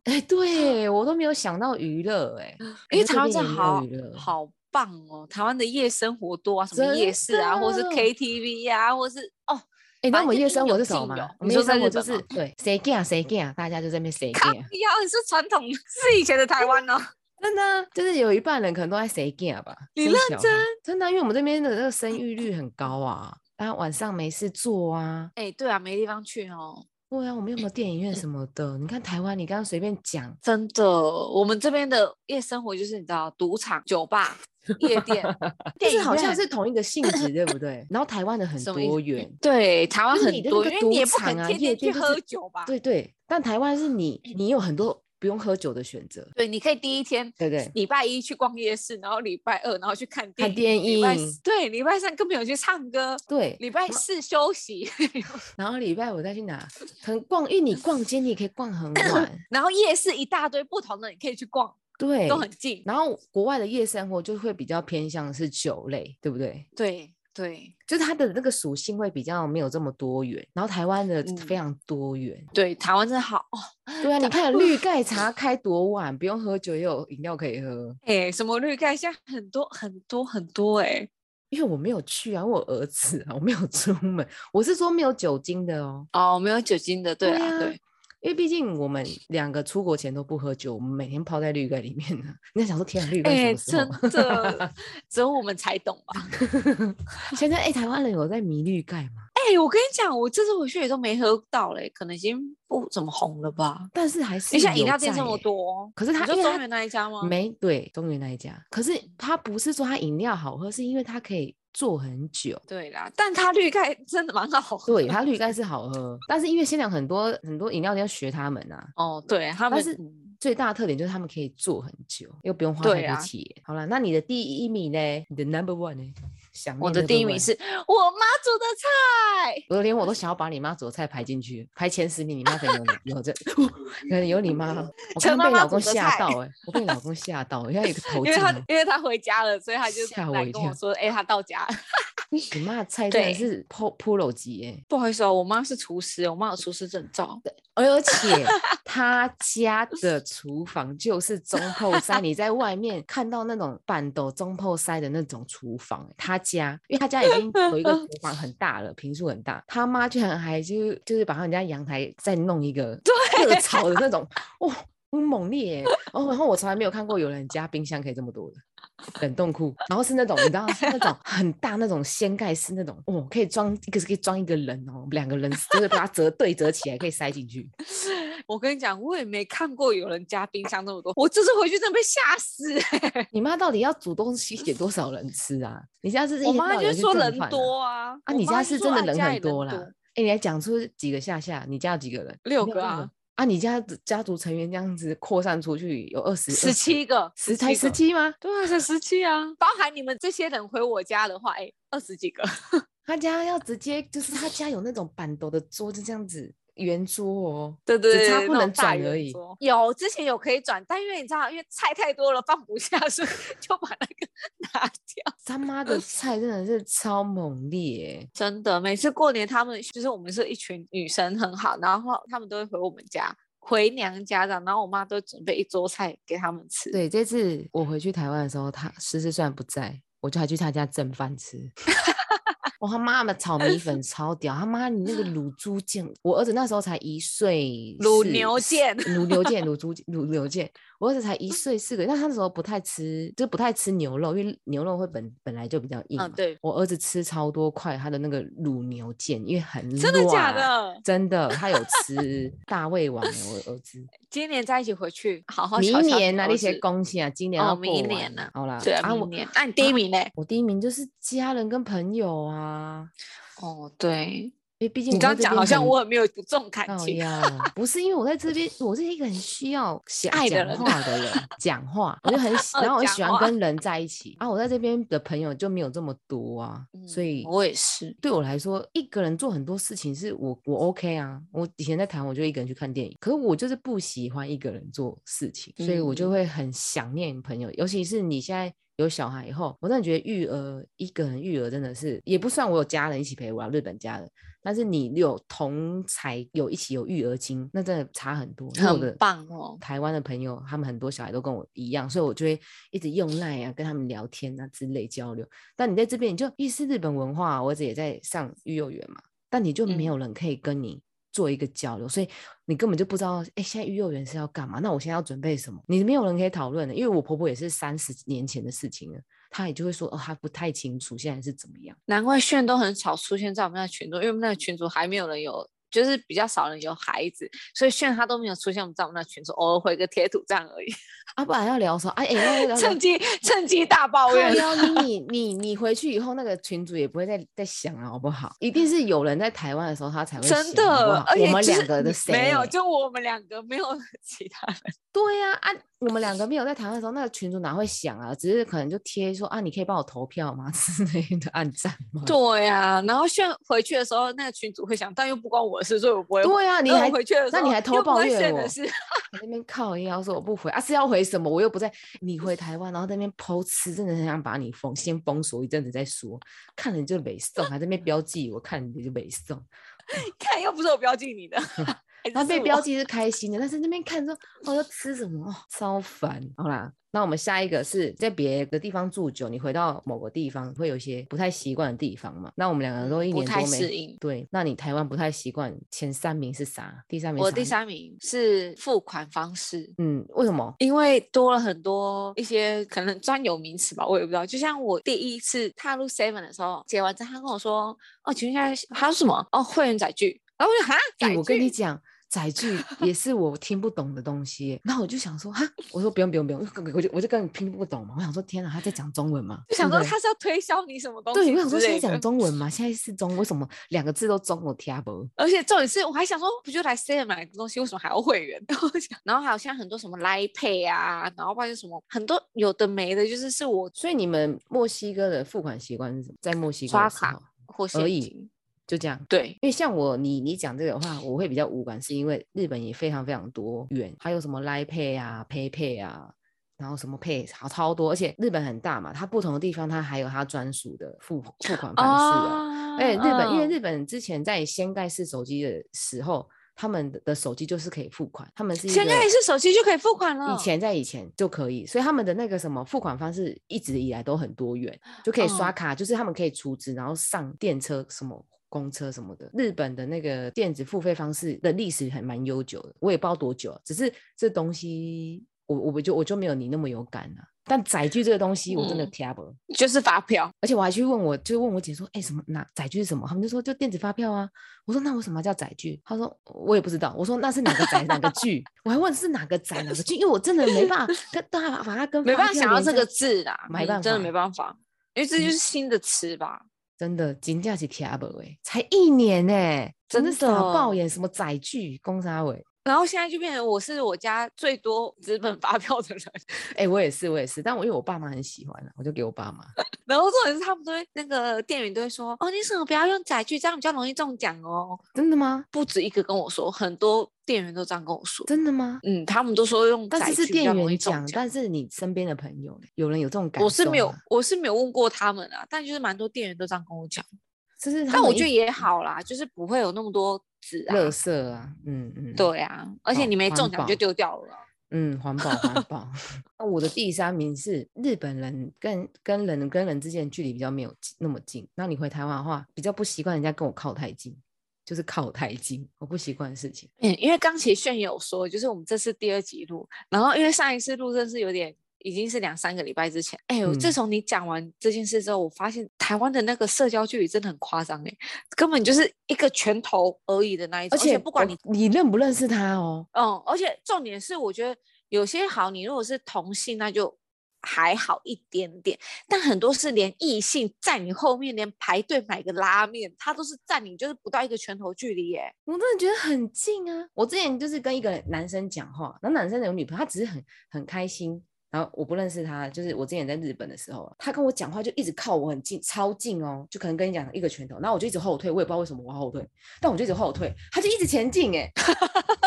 S1: 哎，对我都没有想到娱乐哎、
S2: 啊因为
S1: 可是
S2: 台湾
S1: 这
S2: 真的
S1: 边也没有
S2: 好
S1: 娱乐，
S2: 好棒哦，台湾的夜生活多啊，什么夜
S1: 真
S2: 市啊，或是
S1: 的
S2: KTV 啊，或是哦，
S1: 哎，那我
S2: 反正
S1: 们
S2: 就
S1: 夜
S2: 应
S1: 生活
S2: 有
S1: 是什
S2: 尽
S1: 么
S2: 有
S1: 吗？我们
S2: 你说
S1: 夜生
S2: 在
S1: 活
S2: 日
S1: 就
S2: 本
S1: 是
S2: 吗
S1: 对谁 g 谁 g 大家就在那边谁 g
S2: 靠呀，是传统， 是以前的台湾哦。
S1: 真的啊就是有一半人可能都在谁 g 吧？
S2: 你
S1: 生
S2: 认
S1: 小孩
S2: 真？
S1: 真的啊，因为我们这边的那个生育率很高啊，大家晚上没事做啊。
S2: 哎、对啊，没地方去哦，
S1: 对啊，我们有没有电影院什么的？你看台湾，你刚刚随便讲，
S2: 真的。我们这边的夜生活就是你知道，赌场、酒吧、夜店，
S1: 就
S2: 电
S1: 是
S2: 影
S1: 好像
S2: 院
S1: 是同一个性质，对不 对？然后台湾的很
S2: 什么意思
S1: 多元，
S2: 对台湾
S1: 就是
S2: 很
S1: 你的那
S2: 多，
S1: 个
S2: 因为你也
S1: 赌
S2: 不可
S1: 场啊
S2: 能天
S1: 夜
S2: 天
S1: 店
S2: 去
S1: 就是
S2: 喝酒吧？
S1: 对对，但台湾是你你有很多，不用喝酒的选择。
S2: 对，你可以第一天，
S1: 对对
S2: 礼拜一去逛夜市，然后礼拜二然后去看
S1: 看
S2: 电影，
S1: 电
S2: 礼拜
S1: 影
S2: 四对，礼拜三跟朋友去唱歌，
S1: 对，
S2: 礼拜四休息，
S1: 然后礼拜五再去哪？可能逛，因为你逛街你也可以逛 很晚，
S2: 然后夜市一大堆不同的，你可以去逛，
S1: 对
S2: 都。很近。
S1: 然后国外的夜生活就会比较偏向是酒类，对不对？
S2: 对对
S1: 就是它的那个属性会比较没有这么多元，然后台湾的非
S2: 嗯
S1: 常多元。
S2: 对，台湾真的好哦，
S1: 对 啊，你
S2: 讲
S1: 看绿盖茶开多晚，不用喝酒也有饮料可以喝。
S2: 哎、什么绿盖，现在很多很多很多哎、
S1: 因为我没有去啊，因为我儿子啊，我没有出门。我是说没有酒精的哦，
S2: 哦，没有酒精的，对
S1: 对
S2: 啊，
S1: 啊
S2: 对，
S1: 因为毕竟我们两个出国前都不喝酒，我们每天泡在绿盖里面呢。 你在想说天啊，绿盖什么时候？
S2: 哎真的，只有我们才懂吧？
S1: 现在哎、台湾人有在迷绿盖吗？
S2: 哎、我跟你讲，我这次回去也都没喝到嘞，可能已经不怎么红了吧？
S1: 但是还是
S2: 你想饮
S1: 有
S2: 料店
S1: 在
S2: 这么
S1: 欸，
S2: 多，
S1: 可是
S2: 你
S1: 它
S2: 说
S1: 因为
S2: 中
S1: 它
S2: 原那一家吗？
S1: 没对中原那一家，可是它不是说它饮料好喝，是因为它可以做很久。
S2: 对啦，但它绿盖真的蛮好喝。
S1: 对，它绿盖是好喝，但是因为现在很多很多饮料店要学他们啊，
S2: 哦，对他
S1: 但
S2: 们
S1: 是
S2: 嗯
S1: 最大的特点就是他们可以做很久，又不用花
S2: 对
S1: 太
S2: 啊
S1: 多钱。好了，那你的第一名呢？你的 number one 呢？想
S2: 我
S1: 念
S2: 的
S1: number
S2: 第一名
S1: one
S2: 是我妈煮的菜。
S1: 我连我都想要把你妈煮的菜排进去，排前十名，你妈可能有你 有这，可能有你妈。我
S2: 陈
S1: 刚
S2: 妈
S1: 被
S2: 妈
S1: 老公
S2: 煮的
S1: 吓
S2: 菜
S1: 到哎、我被老公吓到、欸，要有一个头
S2: 因为
S1: 巾
S2: 他
S1: 哦。
S2: 因为他回家了，所以他就
S1: 吓我
S2: 来
S1: 一
S2: 跟我
S1: 跳
S2: 说：“哎、他到家。
S1: 你妈的菜真的
S2: 对
S1: 是 pro pro 级哎、”
S2: 不好意思哦，我妈是厨师，我妈有厨师证照。
S1: 而且他家的厨房就是中后塞，你在外面看到那种板斗中后塞的那种厨房、欸，他家，因为他家已经有一个厨房很大了，平数很大，他妈居然还就是就是把他们家阳台再弄一个热炒的那种，哇、很猛烈、欸！哦，然后我从来没有看过有人家冰箱可以这么多的。冷冻库，然后是那种你知道是那种很大那种掀盖式那种，哦，可以装一个是可以装一个人哦，两个人就是把它折对折起来可以塞进去。
S2: 我跟你讲，我也没看过有人家冰箱那么多，我这次回去真的被吓死、欸。
S1: 你妈到底要煮东西给多少人吃啊？你家是
S2: 欸我妈就说人
S1: 多
S2: 多啊，
S1: 啊，
S2: 我
S1: 你
S2: 妈
S1: 家
S2: 就是说
S1: 真的
S2: 啊
S1: 人
S2: 家里
S1: 很多啦。哎、你还讲出几个下下？你家有几个人？
S2: 六
S1: 你
S2: 个
S1: 家有
S2: 啊，
S1: 啊，你家的家族成员这样子扩散出去有二十、
S2: 十七、个，
S1: 十才十
S2: 七个。
S1: 七吗？
S2: 对啊，才十七啊，包含你们这些人回我家的话，哎、二十几个。
S1: 他家要直接就是他家有那种板斗的桌，就这样子圆桌哦。
S2: 对对
S1: 只
S2: 对，
S1: 差
S2: 那
S1: 不
S2: 种
S1: 能
S2: 大
S1: 转
S2: 圆
S1: 而已
S2: 桌。有之前有可以转，但因为你知道，因为菜太多了放不下，所以 就把那个 拿掉。
S1: 他妈的菜真的是超猛烈、欸，
S2: 真的，每次过年他们就是我们是一群女生很好，然后他们都会回我们家。回娘家的，然后我妈都准备一桌菜给他们吃。
S1: 对，这次我回去台湾的时候，他思思虽然不在，我就还去他家蒸饭 吃。我他妈的炒米粉超屌，他妈你那个卤猪腱，我儿子那时候才一岁，
S2: 卤牛腱
S1: 卤牛腱，卤猪卤牛腱，我儿子才一岁四个月，但他那时候不太吃，就不太吃牛肉，因为牛肉会本本来就比较硬嘛。
S2: 嗯，对，
S1: 我儿子吃超多块他的那个卤牛腱，因为很
S2: 真的假
S1: 软？
S2: 的？
S1: 真的，他有吃大胃王欸，我儿子。
S2: 今年再一起回去，好好
S1: 明
S2: 瞧瞧
S1: 年
S2: 你
S1: 啊，
S2: 儿
S1: 那些
S2: 子
S1: 恭喜啊，今年
S2: 哦
S1: 要过
S2: 明
S1: 完
S2: 年
S1: 了
S2: 啊
S1: 好啦，
S2: 对啊，
S1: 我
S2: 明年。那、你第一名嘞？
S1: 我第一名就是家人跟朋友啊，
S2: 哦，对，
S1: 因为毕竟
S2: 你
S1: 我在
S2: 刚刚
S1: 这
S2: 讲
S1: 边
S2: 好像
S1: 很
S2: 我很没有不重感
S1: 靠
S2: 情。
S1: 腰不是因为我在这 边，我是一个很需要讲
S2: 爱的
S1: 讲
S2: 人
S1: 话 的人，讲话，我就很喜，
S2: 哦
S1: 然后我很
S2: 讲
S1: 喜欢
S2: 话
S1: 跟人在一起啊。我在这边的朋友就没有这么多啊，所
S2: 嗯
S1: 以
S2: 我也是。
S1: 对我来说，一个人做很多事情是我我 OK 啊。我以前在台湾，我就一个人去看电影，可是我就是不喜欢一个人做事情，所以我就
S2: 嗯
S1: 会很想念朋友。尤其是你现在有小孩以后，我真的觉得育儿一个人育儿真的是也不算我有家人一起陪我啊，日本家人，但是你有同才有一起有育儿经，那真的差很多。因为我
S2: 很
S1: 的
S2: 棒哦
S1: 台湾的朋友，他们很多小孩都跟我一样，所以我就会一直用赖啊，跟他们聊天啊之类交流。但你在这边，你就意识日本文化，啊我儿子也在上育幼园嘛，但你就
S2: 嗯
S1: 没有人可以跟你做一个交流，所以你根本就不知道，哎、现在育幼园是要干嘛？那我现在要准备什么？你没有人可以讨论的，因为我婆婆也是三十年前的事情了，她也就会说，哦，她不太清楚现在是怎么样。
S2: 难怪炫都很少出现在我们那群组，因为我们那个群组还没有人有就是比较少人有孩子，所以虽然他都没有出现我们在我们那群组，偶尔回个贴图这样而已。
S1: 啊，不然要聊什么？哎、哎，要聊
S2: 趁机趁机大抱
S1: 靠
S2: 怨，
S1: 腰啊你你你你回去以后，那个群主也不会再再想了，好不好？一定是有人在台湾的时候，他才会
S2: 真
S1: 想好不
S2: 的
S1: 好，
S2: 而且
S1: 我们
S2: 就是
S1: 两个的
S2: 你
S1: 谁
S2: 没有，就我们两个没有 其他人。
S1: 对呀啊我们两个没有在台湾的时候，那个群主哪会想啊？只是可能就贴说啊，你可以帮我投票吗 之类的，按赞吗？
S2: 对呀、然后炫回去的时候，那个群主会想，但又不关我的事，所以我不会回。
S1: 对呀、啊你
S2: 然后
S1: 还
S2: 回去的时
S1: 那
S2: 候，
S1: 你还偷
S2: 又不
S1: 抱
S2: 会
S1: 怨
S2: 炫
S1: 我
S2: 的是，
S1: 还在那边靠腰说我不回啊，是要回什么？我又不在。你回台湾，然后在那边剖吃，真的很想把你封，先封锁一阵子再说。看了你就北送，还在那边标记我，看你就北送。
S2: 看又不是我标 记你的，还
S1: 然后被
S2: 是我
S1: 标记是开心的，但是那边看说哦要吃什么，哦超烦。好啦，那我们下一个是在别的地方住久，你回到某个地方会有一些不太习惯的地方嘛？那我们两个都一
S2: 不
S1: 年
S2: 太
S1: 多
S2: 适
S1: 没。
S2: 应。
S1: 对，那你台湾不太习惯，前三名是啥？第三名
S2: 我
S1: 啥
S2: 第，三名是付款方式，
S1: 嗯，为什么？
S2: 因为多了很多一些可能专有名词吧，我也不知道。就像我第一次踏入 Seven 的时候，结完账，他跟我说：“哦，请问一下，还有什么？哦，会员载具。”然后我就哈，
S1: 哎、
S2: 载
S1: 我跟你
S2: 具
S1: 讲，载 具也是我听不懂的东西耶。那我就想说，哈，我说不用不用不用，我就我就跟你拼不懂嘛。我想说，天啊哪，他在讲中文嘛？
S2: 就想
S1: 对
S2: 说
S1: 不对
S2: 他是要推销你什么东西
S1: 对，我想
S2: 之
S1: 说现在
S2: 类的
S1: 讲中文嘛，现在是中，为什么两个字都中我听不懂？
S2: 而且重点是，我还想说，不就来 C M 买个东西，为什么还要会员？ 我想然后还有像很多什么 Line Pay 啊，然后或者什么很多有的没的，就是是我
S1: 所以你们墨西哥的付款习惯是什么？在墨西哥
S2: 刷
S1: 的时
S2: 卡
S1: 候
S2: 或
S1: 而
S2: 现
S1: 已
S2: 金。
S1: 就这样。
S2: 对，
S1: 因为像我，你你讲这个的话，我会比较无感，是因为日本也非常非常多元，还有什么 Line Pay 啊、Pay Pay 啊，然后什么 Pay 好超多，而且日本很大嘛，它不同的地方它还有它专属的付付款方式啊。
S2: 啊
S1: 而且日本，因为
S2: 嗯
S1: 日本之前在掀盖式手机的时候，他们的的手机就是可以付款，他们是一
S2: 现在
S1: 个
S2: 也是手机就可以付款了。
S1: 以前在以前就可以，所以他们的那个什么付款方式一直以来都很多元，就可以刷
S2: 嗯
S1: 卡，就是他们可以储值，然后上电车什么。公车什么的，日本的那个电子付费方式的历史还蛮悠久的，我也不知道多久，啊只是这东西我我就我就没有你那么有感啊。但载具这个东西我真的
S2: 嗯
S1: t a b
S2: 就是发票，
S1: 而且我还去问我，就问我姐说，哎、什么哪载具是什么？他们就说就电子发票啊。我说那为什么要叫载具？她说我也不知道。我说那是哪个载哪个具？我还问是哪个载哪个具，因为我真的没办法跟 大家把它跟
S2: 没
S1: 发
S2: 办法
S1: 票
S2: 想到
S1: 连
S2: 这
S1: 上
S2: 个，字啦，
S1: 没
S2: 你
S1: 办
S2: 真的
S1: 法嗯
S2: 没办法，因为这就是新的词吧。
S1: 真的金价是 t a b 哎，才一年哎、真的
S2: 真
S1: 傻爆
S2: 的哦
S1: 眼，什么载具公沙尾？
S2: 然后现在就变成我是我家最多资本发票的人，
S1: 哎、我也是，我也是，但我因为我爸妈很喜欢啊，我就给我爸妈。
S2: 然后重点是他们都会那个店员都会说，哦，你为什么不要用载具，这样比较容易中奖哦。
S1: 真的吗？
S2: 不止一个跟我说，很多店员都这样跟我说。
S1: 真的吗？
S2: 嗯，他们都说用载
S1: 但是
S2: 具
S1: 是
S2: 比较
S1: 店
S2: 容易
S1: 员
S2: 中
S1: 讲，
S2: 奖。
S1: 但是你身边的朋友嘞有人有这种感受啊
S2: 我是没有
S1: 吗，
S2: 我是没有问过他们啊，但就是蛮多店员都这样跟我讲。
S1: 就是他
S2: 但我
S1: 们一
S2: 觉得也好啦，就是不会有那么多纸啊。
S1: 垃圾啊，嗯嗯，
S2: 对啊，而且
S1: 保
S2: 你没
S1: 环
S2: 中奖
S1: 保
S2: 就丢掉了啊。
S1: 嗯，环保环保。 那我的第三名是日本人跟跟人跟人之间的距离比较没有近那么近。那你回台湾的话，比较不习惯人家跟我靠太近，就是靠太近，我不习惯的事情。
S2: 嗯，因为刚其实炫有说，就是我们这次第二集录，然后因为上一次录真的是有点，已经是两三个礼拜之前。哎、呦，
S1: 嗯
S2: 自从你讲完这件事之后，我发现台湾的那个社交距离真的很夸张哎，根本就是一个拳头而已的那一种，而且不管
S1: 我
S2: 你，
S1: 你认不认识他哦，
S2: 嗯，而且重点是，我觉得有些好，你如果是同性，那就。还好一点点，但很多是连异性在你后面，连排队买个拉面，他都是站你就是不到一个拳头距离欸耶、
S1: 我真的觉得很近啊。我之前就是跟一个男生讲话，然后男生有女朋友，他只是很很开心。然后我不认识他，就是我之前在日本的时候，他跟我讲话就一直靠我很近，超近哦，就可能跟你讲一个拳头，然后我就一直后退，我也不知道为什么我要后退，但我就一直后退，他就一直前进哎、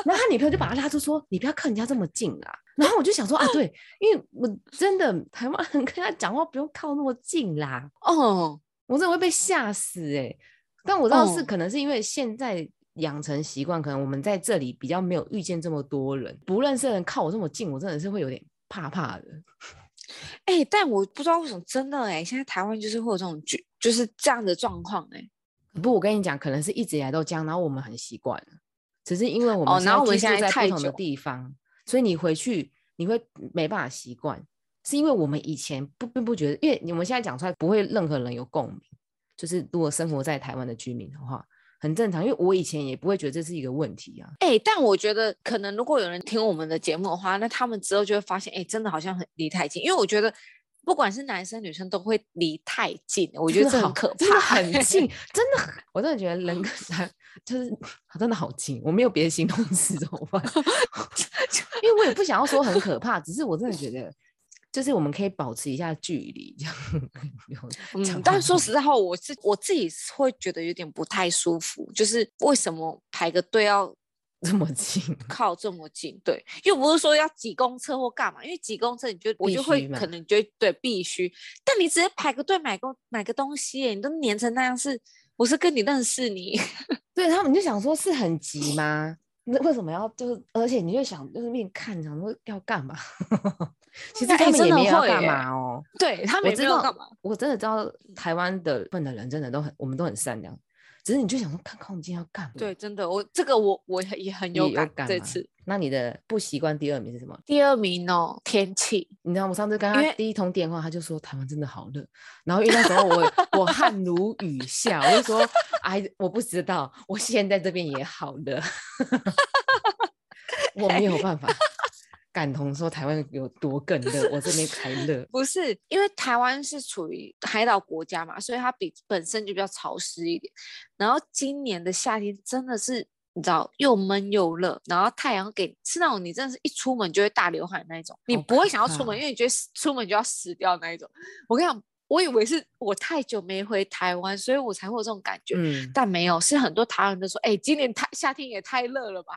S1: 然后他女朋友就把他拉住说：“你不要靠人家这么近啦。”然后我就想说啊，对，因为我真的台湾人跟他讲话不用靠那么近啦，
S2: 哦、
S1: 我真的会被吓死哎、但我知道是
S2: 哦
S1: 可能是因为现在养成习惯，可能我们在这里比较没有遇见这么多人，不认识的人靠我这么近，我真的是会有点怕怕的。
S2: 哎、但我不知道为什么，真的哎、现在台湾就是会有这种局，就是这样的状况哎。
S1: 不过我跟你讲，可能是一直以来都这样，然后我们很习惯了，只是因为我们
S2: 哦然后我们
S1: 居住
S2: 现在
S1: 在不
S2: 太
S1: 同的
S2: 久
S1: 地方，所以你回去你会没办法习惯，是因为我们以前不并不觉得，因为我们现在讲出来不会任何人有共鸣，就是如果生活在台湾的居民的话，很正常，因为我以前也不会觉得这是一个问题啊。
S2: 哎、但我觉得可能如果有人听我们的节目的话，那他们之后就会发现，哎、真的好像很离太近，因为我觉得不管是男生女生都会离太近，我觉
S1: 真的
S2: 得这
S1: 好
S2: 很可
S1: 真的
S2: 怕， 欸
S1: 很近，真的很，我真的觉得人跟山就是啊真的好近，我没有别的形容词怎么办？ 因为我也不想要说很可怕，只是我真的觉得，就是我们可以保持一下距离，这样。
S2: 嗯
S1: 讲，
S2: 但
S1: 话
S2: 说实在话，我是我自己是会觉得有点不太舒服，就是为什么排个队要
S1: 这么近，
S2: 靠这么近？对，又不是说要挤公车或干嘛，因为挤公车你就我
S1: 必
S2: 就会
S1: 须嘛
S2: 可能就会对必须，但你直接排个队买个买个东西耶，你都黏成那样是，我是跟你认识你，
S1: 对他们就想说是很急吗？那为什么要就是？而且你就想就是面看，想说要干嘛？ 其实
S2: 哎
S1: 他们
S2: 真
S1: 也
S2: 的
S1: 没有要
S2: 会
S1: 干
S2: 耶
S1: 嘛哦。
S2: 对他
S1: 我
S2: 们也
S1: 知
S2: 没有
S1: 道
S2: 干嘛。
S1: 我真的知道台湾的笨的人真的都很，我们都很善良，只是你就想说看空今天要干嘛？
S2: 对，，真的，我这个我我也也很有
S1: 也有
S2: 感。
S1: 感
S2: 这
S1: 嘛
S2: 次
S1: 那你的不习惯第二名是什么？
S2: 第二名哦，天气，
S1: 你知道我上次跟
S2: 因
S1: 他
S2: 为
S1: 第一通电话，他就说台湾真的好热，然后因为那时候我我汗如雨下，我就说哎我不知道，我现在这边也好热， 我没有办法 感同说台湾有多更热，我这边才热。
S2: 不是因为台湾是处于海岛国家嘛，所以它比本身就比较潮湿一点。然后今年的夏天真的是。你知道又闷又热，然后太阳给是那种你真的是一出门就会大流汗那一种，你
S1: 好
S2: 不会
S1: 可
S2: 想要出
S1: 怕
S2: 门，因为你觉得死出门就要死掉那一种。我跟你讲，我以为是我太久没回台湾，所以我才会有这种感觉，
S1: 嗯，
S2: 但没有，是很多台湾人都说，哎、今年太夏天也太热了吧？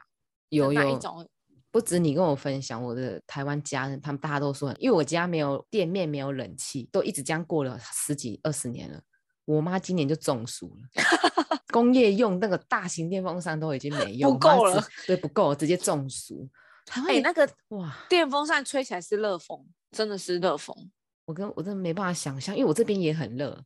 S2: 的
S1: 有
S2: 那
S1: 有
S2: 一种
S1: 不止你跟我分享，我的台湾家人他们大家都说，因为我家没有店面，没有冷气，都一直这样过了十几二十年了。我妈今年就中暑了， 工业用那个大型电风扇都已经没用，我妈
S2: 够
S1: 直
S2: 了，
S1: 对，不够，直接中暑。台湾
S2: 哎、
S1: 也
S2: 那个
S1: 哇，
S2: 电风扇吹起来是热风，真的是热风。
S1: 我跟我真的没办法想象，因为我这边也很热。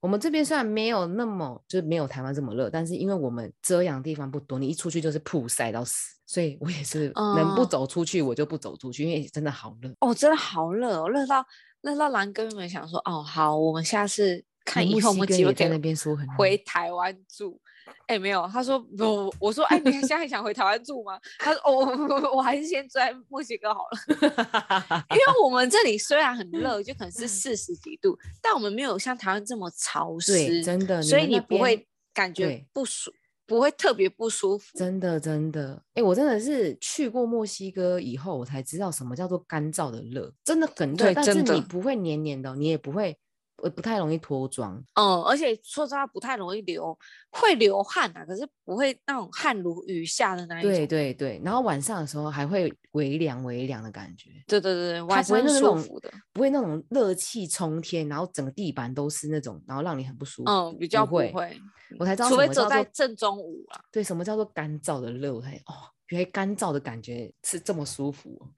S1: 我们这边虽然没有那么，就是没有台湾这么热，但是因为我们遮阳的地方不多，你一出去就是曝晒到死，所以我也是能不
S2: 哦
S1: 走出去我就不走出去，因为真的好热。
S2: 哦，真的好热、哦，热到热到蓝哥们想说，哦，好，我们下次看
S1: 你墨
S2: 以后我
S1: 西
S2: 们
S1: 哥
S2: 几
S1: 也
S2: 位
S1: 在
S2: 可以
S1: 那边说很热
S2: 回台湾住。哎、没有，他说不，我说哎、你现在还 想回台湾住吗？他说哦，我我还是先住在墨西哥好了，因为我们这里虽然很热，就可能是四十几度，但我们没有像台湾这么潮
S1: 对，
S2: 湿，
S1: 真的，
S2: 所以
S1: 们
S2: 你
S1: 那
S2: 不
S1: 边
S2: 会感觉
S1: 对
S2: 不舒，不会特别不舒服。
S1: 真的真的，哎、我真的是去过墨西哥以后，我才知道什么叫做干燥的热，真的很热，
S2: 对
S1: 但
S2: 真
S1: 是你
S2: 的
S1: 不会黏黏的哦，你也不会，呃，不太容易脱妆。
S2: 嗯，而且说实话不太容易流，会流汗啊，可是不会那种汗如雨下的那一种。
S1: 对对对，然后晚上的时候还会微凉微凉的感觉，
S2: 对对对，
S1: 它
S2: 晚
S1: 不会
S2: 上
S1: 那
S2: 舒
S1: 种
S2: 服的，，
S1: 不会那种热气冲天，然后整个地板都是那种，然后让你很不舒服。
S2: 嗯，比较
S1: 不会
S2: 会。
S1: 我才知道
S2: 除
S1: 什
S2: 非
S1: 么
S2: 走
S1: 叫
S2: 在
S1: 做
S2: 正中午啊，
S1: 对，什么叫做干燥的热？我才哦，原来干燥的感觉是这么舒服、哦。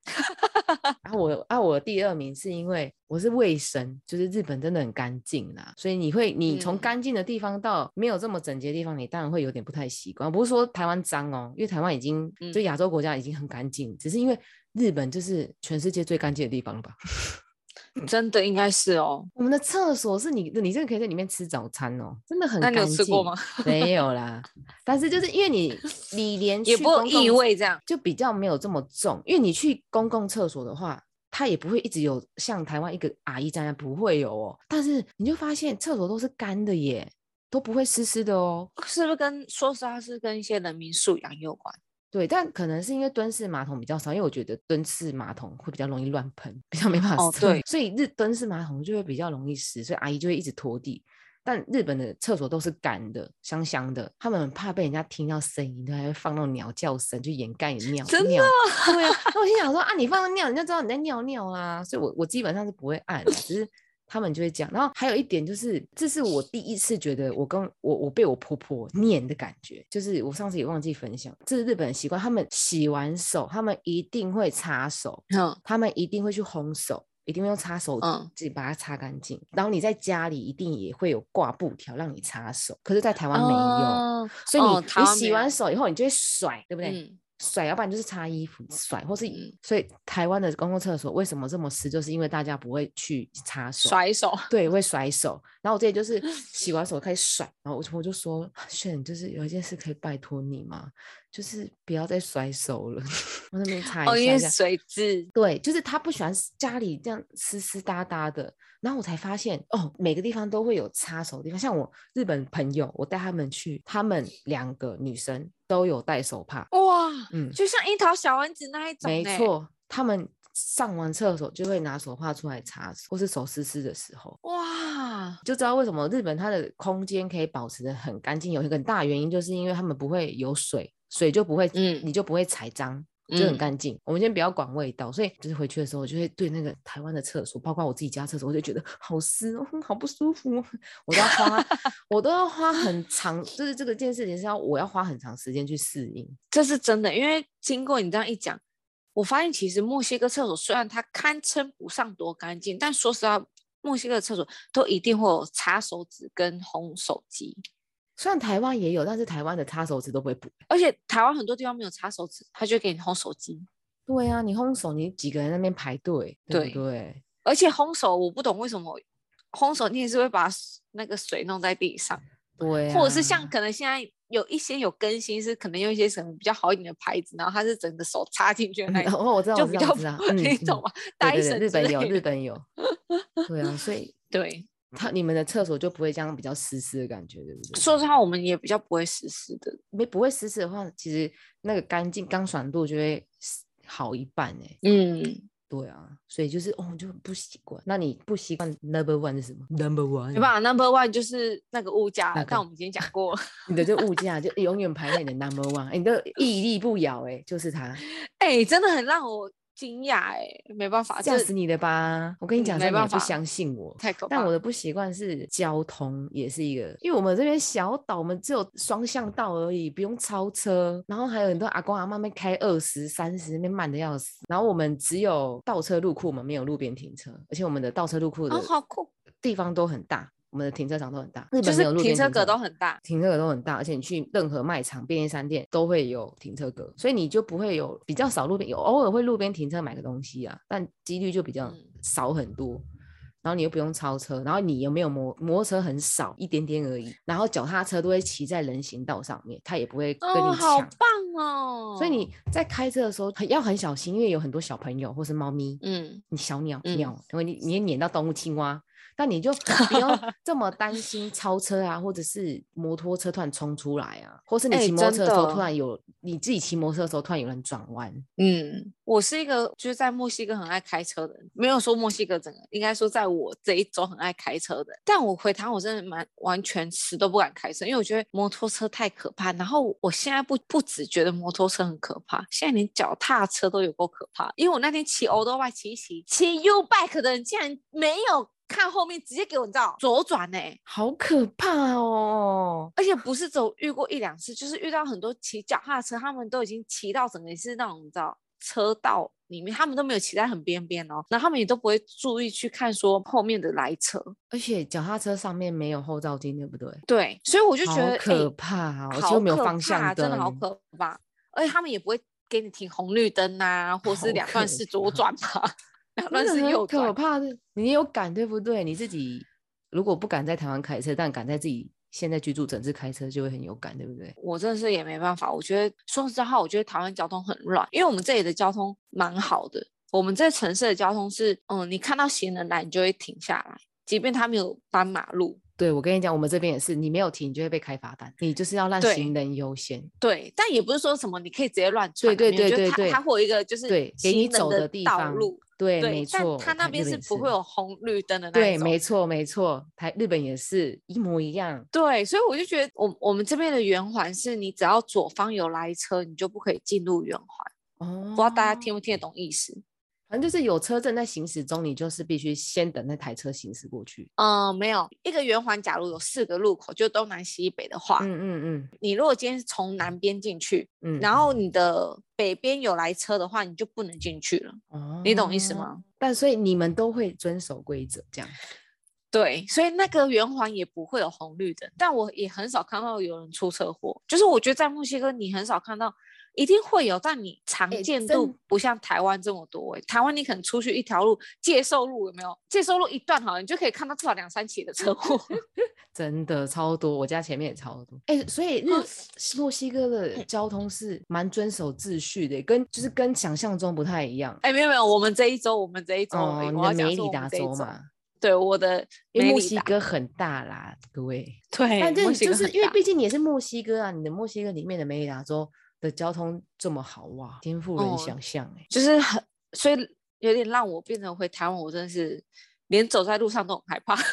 S1: 啊， 我啊，我第二名是因为我是卫生，就是日本真的很干净啦，所以你会，你从
S2: 嗯
S1: 干净的地方到没有这么整洁的地方，你当然会有点不太习惯。不是说台湾脏哦，因为台湾已经
S2: 嗯
S1: 就亚洲国家已经很干净，只是因为日本就是全世界最干净的地方了吧？
S2: 真的应该是哦。
S1: 我们的厕所是你，你真的可以在里面吃早餐哦，真的很
S2: 那
S1: 干
S2: 你
S1: 净。
S2: 有吃过吗？？
S1: 没有 啦，但是就是因为你你连
S2: 也
S1: 去
S2: 不会有
S1: 公
S2: 异
S1: 共
S2: 味这样。
S1: 就比较没有这么重，因为你去公共厕所的话，它也不会一直有像台湾一个阿姨站在，不会有哦。但是你就发现厕所都是干的耶，都不会湿湿的哦。
S2: 是不是跟说实话是跟一些人民素养有关？
S1: 对，但可能是因为蹲式马桶比较少，因为我觉得蹲式马桶会比较容易乱喷，比较没办法
S2: 哦
S1: 塞
S2: 对
S1: 所以日蹲式马桶就会比较容易湿，所以阿姨就会一直拖地。但日本的厕所都是干的，香香的，他们很怕被人家听到声音，他还会放那种鸟叫声去掩 盖你尿
S2: 真的
S1: 尿。对啊，那我心想说啊，你放尿，人家知道你在尿尿啊，所以我我基本上是不会按的，只是他们就会讲。然后还有一点就是，这是我第一次觉得我跟我我被我婆婆念的感觉，就是我上次也忘记分享，这是日本的习惯，他们洗完手，他们一定会擦手，
S2: 嗯
S1: 他们一定会去烘手，一定会用擦手
S2: 嗯，
S1: 自己把它擦干净。然后你在家里一定也会有挂布条让你擦手，可是，在台湾没有，
S2: 哦
S1: 所以你、
S2: 哦台
S1: 你
S2: 湾
S1: 洗
S2: 没
S1: 完
S2: 有
S1: 手以后，你就会甩，对不对？
S2: 嗯，
S1: 甩，要不然就是擦衣服甩，或是
S2: 嗯
S1: 所以台湾的公共厕所为什么这么湿，就是因为大家不会去擦手。
S2: 甩手，
S1: 对，会甩手。然后我这里就是洗完手开始甩，然后我就我就说，炫，就是有一件事可以拜托你吗？就是不要再甩手了。 我那边擦
S2: 哦，
S1: 一
S2: 因
S1: 下
S2: 为
S1: 下。
S2: 水质
S1: 对，就是他不喜欢家里这样湿湿哒哒的。然后我才发现，哦，每个地方都会有擦手的地方。像我日本朋友，我带他们去，他们两个女生都有戴手帕。
S2: 哇，
S1: 嗯，
S2: 就像樱桃小丸子那一种、
S1: 没，错，他们上完厕所就会拿手帕出来擦，或是手湿湿的时候。
S2: 哇，
S1: 就知道为什么日本它的空间可以保持的很干净，有一个很大原因就是因为他们不会有水，水就不会，
S2: 嗯
S1: 你就不会踩脏。就很
S2: 嗯
S1: 干净。我们先不要管味道，所以就是回去的时候，我就会对那个台湾的厕所，包括我自己家厕所，我就觉得好湿哦，好不舒服哦。我都要 花，我都要花很长，就是这个件事情是要我要花很长时间去适应。
S2: 这是真的，因为经过你这样一讲，我发现其实墨西哥厕所虽然它堪称不上多干净，但说实话，墨西哥的厕所都一定会有擦手纸跟烘手机，
S1: 虽然台湾也有，但是台湾的擦手纸都不会补。
S2: 而且台湾很多地方没有擦手纸，他就给你烘手机。
S1: 对啊，你烘手，你几个人在那边排队，对
S2: 对
S1: 不对？
S2: 而且烘手我不懂为什么烘手你也是会把水那个水弄在地上，
S1: 对、啊，
S2: 或者是像可能现在有一些有更新是可能用一些什么比较好一点的牌子，然后它是整个手插进去的 那一
S1: 然
S2: 种，
S1: 后哦我知道，
S2: 就
S1: 我知
S2: 比
S1: 道，
S2: 较
S1: 我知道，嗯
S2: 不你懂吗？
S1: 啊对
S2: 戴
S1: 对对，
S2: 森
S1: 日
S2: 之
S1: 本有，
S2: 类
S1: 日
S2: 的
S1: 本 有，对啊，所以
S2: 对。
S1: 他你们的厕所就不会这样比较湿湿的感觉，对不对？
S2: 说实话，我们也比较不会实施的，
S1: 没不会湿湿的话，其实那个干净干爽度就会是好一半哎、
S2: 嗯，
S1: 对啊，所以就是哦就不习惯。那你不习惯 number one 是什么？number one
S2: 没办法。Number one 就是那个物价
S1: 嗯那，个
S2: 但我们已经讲过了。
S1: 你的这物价就永远排在你的 number one，、哎你的屹立不摇哎、就是 它，
S2: 哎、真的很让我惊讶哎，没办法，
S1: 吓
S2: 这
S1: 死你了吧？我跟你
S2: 嗯
S1: 讲，
S2: 没
S1: 真的
S2: 办
S1: 不
S2: 法
S1: 相信我。
S2: 太可怕
S1: 但
S2: 了。
S1: 我的不习惯是交通，也是一个，因为我们这边小岛，我们只有双向道而已，不用超车。然后还有很多阿公阿妈们开二十三十，那边慢的要死。然后我们只有倒车入库，我们没有路边停车，而且我们的倒车入库的
S2: 哦，好酷，
S1: 地方都很大，我们的停车场都很大，日
S2: 就
S1: 本没
S2: 是
S1: 有路边
S2: 停车格
S1: 场
S2: 都很大。
S1: 停车格都很大，而且你去任何卖场、便利商店都会有停车格，所以你就不会有比较少路边有偶尔会路边停车买个东西啊，但几率就比较
S2: 嗯
S1: 少很多。然后你又不用超车，然后你有没有摩摩托车很少一点点而已，然后脚踏车都会骑在人行道上面，它也不会跟
S2: 哦，
S1: 你
S2: 好
S1: 抢。
S2: 棒哦！
S1: 所以你在开车的时候很要很小心，因为有很多小朋友或是猫咪，
S2: 嗯，
S1: 你小鸟
S2: 嗯
S1: 鸟，因为你你也撵到动物青蛙，但你就不 用这么担心超车啊，或者是摩托车突然冲出来啊，或是你
S2: 哎
S1: 骑摩托
S2: 真
S1: 车的时候
S2: 的
S1: 突然有你自己骑摩托车的时候突然有人转弯，
S2: 嗯，我是一个就是在墨西哥很爱开车的人，没有说墨西哥整个，应该说在我这一周很爱开车的。但我回台湾，我真的蛮完全死都不敢开车，因为我觉得摩托车太可怕。然后我现在不不只觉得摩托车很可怕，现在连脚踏车都有够可怕。因为我那天骑欧多外骑一骑，骑 U bike 的人竟然没有看后面，直接给我你知道左转呢、欸
S1: 好可怕哦！
S2: 而且不是只有遇过一两次，就是遇到很多骑脚踏车，他们都已经骑到整个是那种你知道车道里面，他们都没有骑在很边边哦，然后他们也都不会注意去看说后面的来车。
S1: 而且脚踏车上面没有后照镜，对不对？
S2: 对，所以我就觉
S1: 好
S2: 得
S1: 可
S2: 哎
S1: 怕哦，而且
S2: 好
S1: 又没有
S2: 可
S1: 方
S2: 怕
S1: 向
S2: 真的好
S1: 灯
S2: 可怕。而且他们也不会给你停红绿灯啊，
S1: 好
S2: 或是两段
S1: 可
S2: 是左
S1: 怕
S2: 转吧，两段
S1: 真的
S2: 是
S1: 很
S2: 右
S1: 可
S2: 转。
S1: 怕的。你有敢对不对？你自己如果不敢在台湾开车，但敢在自己现在居住城市开车，就会很有感，对不对？
S2: 我真的是也没办法。我觉得说实话，我觉得台湾交通很乱，因为我们这里的交通蛮好的。我们这城市的交通是，嗯，你看到行人来，你就会停下来，即便他没有斑马路。
S1: 对，我跟你讲，我们这边也是，你没有停，你就会被开罚单，你就是要让
S2: 对
S1: 行人优先，
S2: 对，但也不是说什么你可以直接乱穿啊。
S1: 对
S2: 没有
S1: 对
S2: 就是
S1: 对
S2: 它
S1: 对
S2: 它会有一个就是
S1: 对给你
S2: 行人
S1: 走
S2: 的
S1: 的地
S2: 道
S1: 方
S2: 路。
S1: 对，没
S2: 对，
S1: 错
S2: 但，他
S1: 我
S2: 那
S1: 看
S2: 边
S1: 日
S2: 是
S1: 本
S2: 不会有红绿灯的那一
S1: 对，
S2: 种。
S1: 没错，没错，台日本也是一模一样，
S2: 对，所以我就觉得我我们这边的圆环是你只要左方有来车，你就不可以进入圆环。
S1: 哦，
S2: 不知道大家听，不听得懂意思？
S1: 反正就是有车正在行驶中，你就是必须先等那台车行驶过去。
S2: 嗯，没有一个圆环，假如有四个路口，就东南西北的话，
S1: 嗯嗯嗯
S2: 你如果今天是从南边进去，
S1: 嗯，
S2: 然后你的北边有来车的话，你就不能进去了，你懂意思？吗？
S1: 哦但所以你们都会遵守规则，这样
S2: 对，所以那个圆环也不会有红绿灯，但我也很少看到有人出车祸。就是我觉得在墨西哥，你很少看到一定会有，但你常
S1: 哎
S2: 见
S1: 真
S2: 度不像台湾这么多、欸。台湾你可能出去一条路，介寿路有没有？介寿路一段好了，你就可以看到至少两三起的车祸。
S1: 真的超多，我家前面也超多。哎、所以
S2: 嗯
S1: 日墨西哥的交通是蛮遵守秩序的，跟就是跟想象中不太一样。
S2: 哎、没有没有，我们这一周，我们这一周而已，
S1: 哦，你
S2: 我要
S1: 的
S2: 讲
S1: 梅
S2: 说
S1: 里
S2: 我们
S1: 达
S2: 这一
S1: 州
S2: 周，
S1: 嘛，
S2: 对我的
S1: 因为
S2: 梅
S1: 墨
S2: 里
S1: 西
S2: 达
S1: 哥很大啦，各位。
S2: 对，
S1: 但这
S2: 哎墨西
S1: 就
S2: 哥
S1: 是
S2: 很
S1: 因为
S2: 大
S1: 毕竟你也是墨西哥啊，你的墨西哥里面的梅里达州的交通这么好哇，颠覆人
S2: 哦
S1: 想象哎、
S2: 就是很，所以有点让我变成回台湾，我真的是连走在路上都很害怕。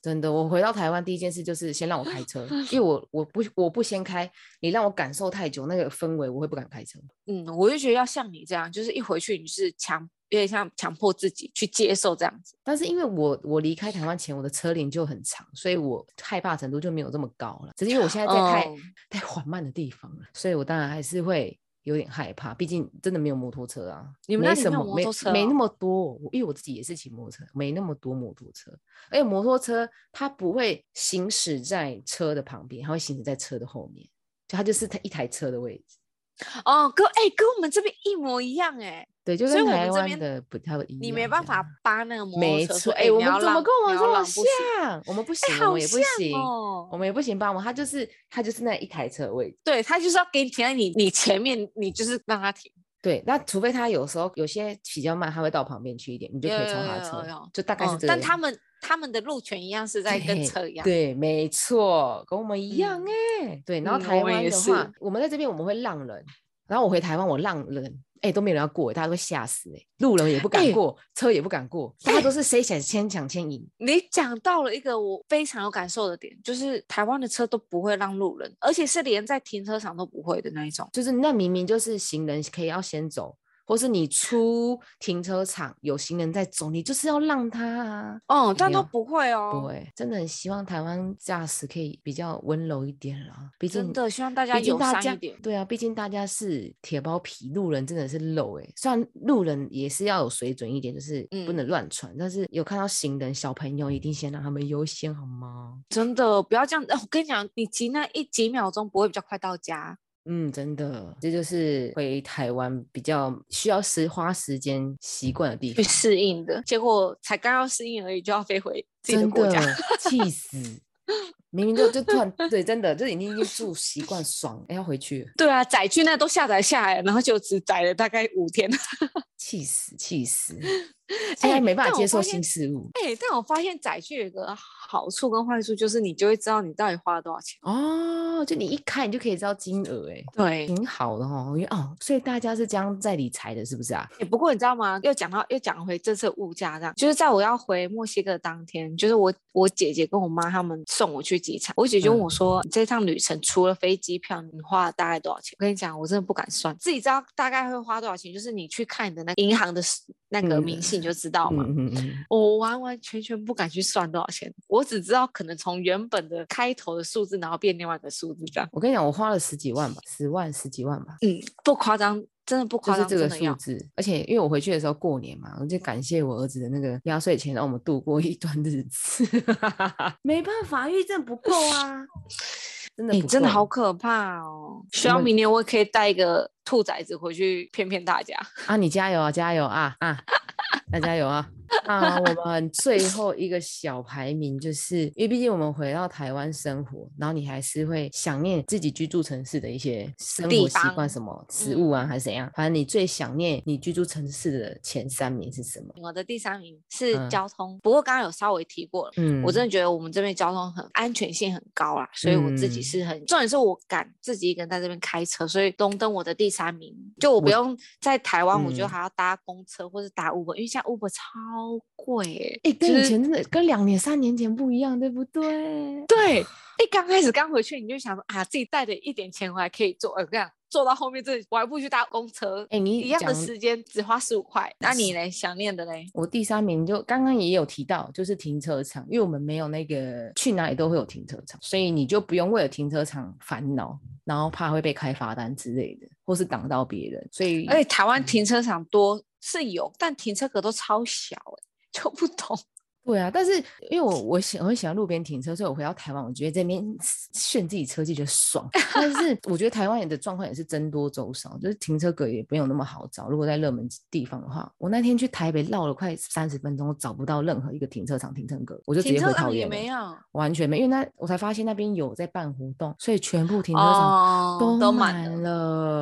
S1: 真的，我回到台湾第一件事就是先让我开 车，因为我我不我不先开，你让我感受太久那个氛围，我会不敢开车。
S2: 嗯，我就觉得要像你这样，就是一回去你是强，有点像强迫自己去接受这样子。
S1: 但是因为我我离开台湾前我的车龄就很长，所以我害怕程度就没有这么高了。只是因为我现在在太、
S2: 嗯
S1: 太缓慢的地方了，所以我当然还是会有点害怕，毕竟真的没有摩托车啊。
S2: 你们
S1: 没
S2: 那里
S1: 什
S2: 没有
S1: 么
S2: 摩
S1: 没
S2: 托车
S1: 没那
S2: 哦
S1: 么多，我因为我自己也是骑摩托车，没那么多摩托车。而且摩托车它不会行驶在车的旁边，它会行驶在车的后面，就它就是它一台车的位置。
S2: 哦，跟哎、跟我们这边一模一样哎、
S1: 对，就
S2: 所以
S1: 跟
S2: 我们
S1: 台
S2: 这
S1: 湾
S2: 边
S1: 的不太一样。啊
S2: 你没办法，扒那个摩
S1: 没
S2: 托车
S1: 错。
S2: 说，
S1: 哎、
S2: 哎、你
S1: 我们
S2: 要
S1: 怎么
S2: 让
S1: 跟我
S2: 你
S1: 们
S2: 要
S1: 这么
S2: 让不行
S1: 像？我们不行，
S2: 哎、
S1: 我
S2: 好
S1: 们也不
S2: 像
S1: 行。
S2: 哦。
S1: 我们也不行帮忙，他就是他就是那一台车的位置。
S2: 对他就是要给你停在你你前面，你就是让他停。
S1: 对，那除非他有时候有些比较慢，他会到旁边去一点，你就可以
S2: 有
S1: 超
S2: 有
S1: 他
S2: 有
S1: 的
S2: 有
S1: 车
S2: 有，
S1: 就大概是
S2: 嗯
S1: 这个样
S2: 但
S1: 子。
S2: 他们他们的路权一样是在跟
S1: 哦对
S2: 车一样。
S1: 对，没错，跟我们一样
S2: 嗯
S1: 哎、对，然后
S2: 嗯
S1: 台
S2: 我们
S1: 湾
S2: 也
S1: 的话，
S2: 是
S1: 我们在这边我们会让人，然后我回台湾我让人。哎、都没有人要过、大家都会吓死哎、路人也不敢
S2: 哎
S1: 过，车也不敢过，大家都是谁想先抢先赢。
S2: 你讲到了一个我非常有感受的点，就是台湾的车都不会让路人，而且是连在停车场都不会的那一种。
S1: 就是那明明就是行人可以要先走，或是你出停车场有行人在走，你就是要让他啊。
S2: 哦，但
S1: 没
S2: 都
S1: 有
S2: 不会哦。
S1: 对，真的很希望台湾驾驶可以比较温柔一点啦。毕
S2: 真
S1: 竟
S2: 的希望大家
S1: 毕竟
S2: 友
S1: 大
S2: 善
S1: 家
S2: 一点。
S1: 对啊，毕竟大家是铁包皮，路人真的是肉哎、虽然路人也是要有水准一点，就是不
S2: 嗯
S1: 能乱传，但是有看到行人小朋友，一定先让他们优先好吗？
S2: 真的不要这样、呃我跟你讲，你急那一几秒钟不会比较快到家。
S1: 嗯，真的，这就是回台湾比较需要时花时间习惯的地
S2: 去
S1: 方。
S2: 适应的结果，才刚要适应而已，就要飞回自己的
S1: 真
S2: 国 家。
S1: 气死！明明就就突然对，真的就已经住习惯爽，哎、要回去了，
S2: 对啊，载去那都下载下来，然后就只载了大概五天。
S1: 气死气死！现在
S2: 哎
S1: 没办
S2: 但
S1: 法
S2: 我
S1: 接
S2: 发
S1: 受
S2: 现
S1: 新事物
S2: 哎、但我发现载具有一个好处跟坏处，就是你就会知道你到底花了多少钱。
S1: 哦，就你一看你就可以知道金额，哎，
S2: 对，
S1: 挺好的哦，因为哦，所以大家是这样在理财的，是不是啊？
S2: 欸不过你知道吗？又讲到又讲回这次物价这样，就是在我要回墨西哥的当天，就是我我姐姐跟我妈他们送我去机场，我姐就
S1: 嗯
S2: 问我说：“你这趟旅程除了飞机票，你花了大概多少钱？”我跟你讲，我真的不敢算，自己知道大概会花多少钱，就是你去看你的那个银行的 s- 那个
S1: 嗯
S2: 明细你就知道嘛。
S1: 嗯嗯嗯，
S2: 我完完全全不敢去算多少钱，我只知道可能从原本的开头的数字，然后变另外一个数字这样。
S1: 我跟你讲，我花了十几万吧，十万十几万吧，
S2: 嗯，不夸张，真的不
S1: 就
S2: 夸
S1: 是
S2: 张，
S1: 这个
S2: 真的要
S1: 数字。而且因为我回去的时候过年嘛，我就感谢我儿子的那个压岁钱，让我们度过一段日子。 没办法，因为真的不够啊，哎真的
S2: 你
S1: 不
S2: 真的
S1: 够啊
S2: 好可怕哦！希
S1: 我
S2: 望
S1: 们
S2: 明年我也可以带一个兔崽子回去骗骗大家。
S1: 啊！你加油啊，加油啊啊！大家有啊啊！我们最后一个小排名，就是因为毕竟我们回到台湾生活，然后你还是会想念自己居住城市的一些生
S2: 地
S1: 活习惯，
S2: 方
S1: 什么食
S2: 嗯
S1: 物啊，还是怎样？反正你最想念你居住城市的前三名是什么？
S2: 我的第三名是
S1: 嗯
S2: 交通，不过刚刚有稍微提过了。
S1: 嗯，
S2: 我真的觉得我们这边交通很安全性很高啦，所以我自己
S1: 嗯
S2: 是很、重点是我敢自己一个人在这边开车，所以荣登我的第三名。就我不
S1: 我
S2: 用在台湾，我觉得
S1: 嗯
S2: 还要搭公车或是搭 Uber，因为现在 Uber 超贵、欸，
S1: 哎、跟
S2: 就
S1: 以
S2: 是
S1: 前真的跟两年、三年前不一样，对不对？
S2: 对，一刚开始刚回去，你就想说啊，自己带的一点钱我还可以做，我跟你讲，做到后面这我还不如去搭公车，
S1: 哎你
S2: 一样的
S1: 讲
S2: 时间只花十五块，那你嘞想念的嘞？
S1: 我第三名就刚刚也有提到，就是停车场，因为我们没有那个去哪里都会有停车场，所以你就不用为了停车场烦恼，然后怕会被开罚单之类的，或是挡到别人。所以，
S2: 而且台湾停车场多是有，但停车格都超小、欸，就不懂。
S1: 对啊，但是因为我我喜我很喜欢路边停车，所以我回到台湾，我觉得在那边炫自己车技觉得 爽。但是我觉得台湾人的状况也是僧多粥少，就是停车格也没有那么好找。如果在热门地方的话，我那天去台北绕了快三十分钟，我找不到任何一个停车场停车格，我就直
S2: 停
S1: 接
S2: 车
S1: 回
S2: 场
S1: 桃
S2: 也
S1: 园了。
S2: 没有，
S1: 完全没，因为那我才发现那边有在办活动，所以全部停车场
S2: 哦，
S1: 都
S2: 都满了。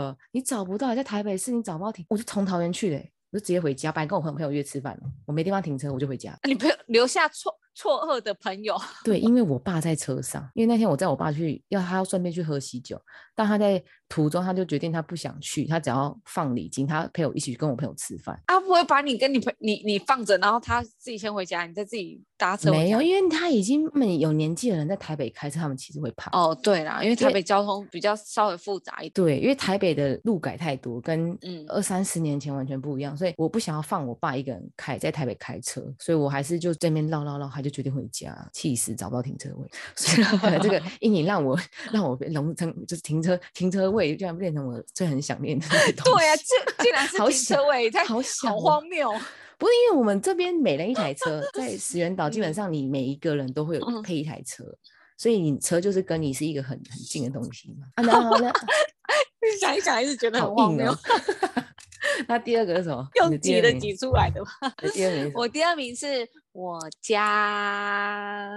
S1: 了，你找不到，在台北市你找不到停，我就从桃园去的欸、我就直接回家，本来跟我朋友朋友约吃饭了，我没地方停车，我就回家。
S2: 你朋友留下错错愕的朋友，
S1: 对，因为我爸在车上，因为那天我载我爸去，要他要顺便去喝喜酒，但他在途中他就决定他不想去，他只要放礼金，他陪我一起跟我朋友吃饭。
S2: 他啊不会把你跟你朋你你放着，然后他自己先回家，你再自己搭车回
S1: 没有，
S2: 家
S1: 因为他已经们有年纪的人在台北开车，他们其实会怕。
S2: 哦，对啦，因为
S1: 因
S2: 台
S1: 为
S2: 北交通比较稍微复杂一点。
S1: 对，因为台北的路改太多，跟
S2: 嗯
S1: 二三十年前完全不一样，所以我不想要放我爸一个人开在台北开车，所以我还是就这边绕绕绕，他就决定回家，气死找不到停车位， 所以可能 这个阴影让我让我被融成就是停车停车位，居然变成我最很想念的那个东
S2: 对啊，
S1: 西
S2: 这 竟然是
S1: 好
S2: 停车
S1: 想
S2: 位，太
S1: 好想哦
S2: 荒谬哦。
S1: 不是因为我们这边每人一台 车，在石原岛基本
S2: 嗯
S1: 上你每一个人都会有
S2: 嗯
S1: 配一台车。所以你车就是跟你是一个很很近的东西 嘛。啊，然后呢，
S2: 想一想还是觉得
S1: 好
S2: 很荒
S1: 硬
S2: 谬
S1: 哦，。 那第二个是什么？你
S2: 用
S1: 的第
S2: 挤
S1: 二
S2: 的
S1: 名
S2: 挤出来的吧。
S1: 你的第二名是什么，
S2: 我第二名是我家，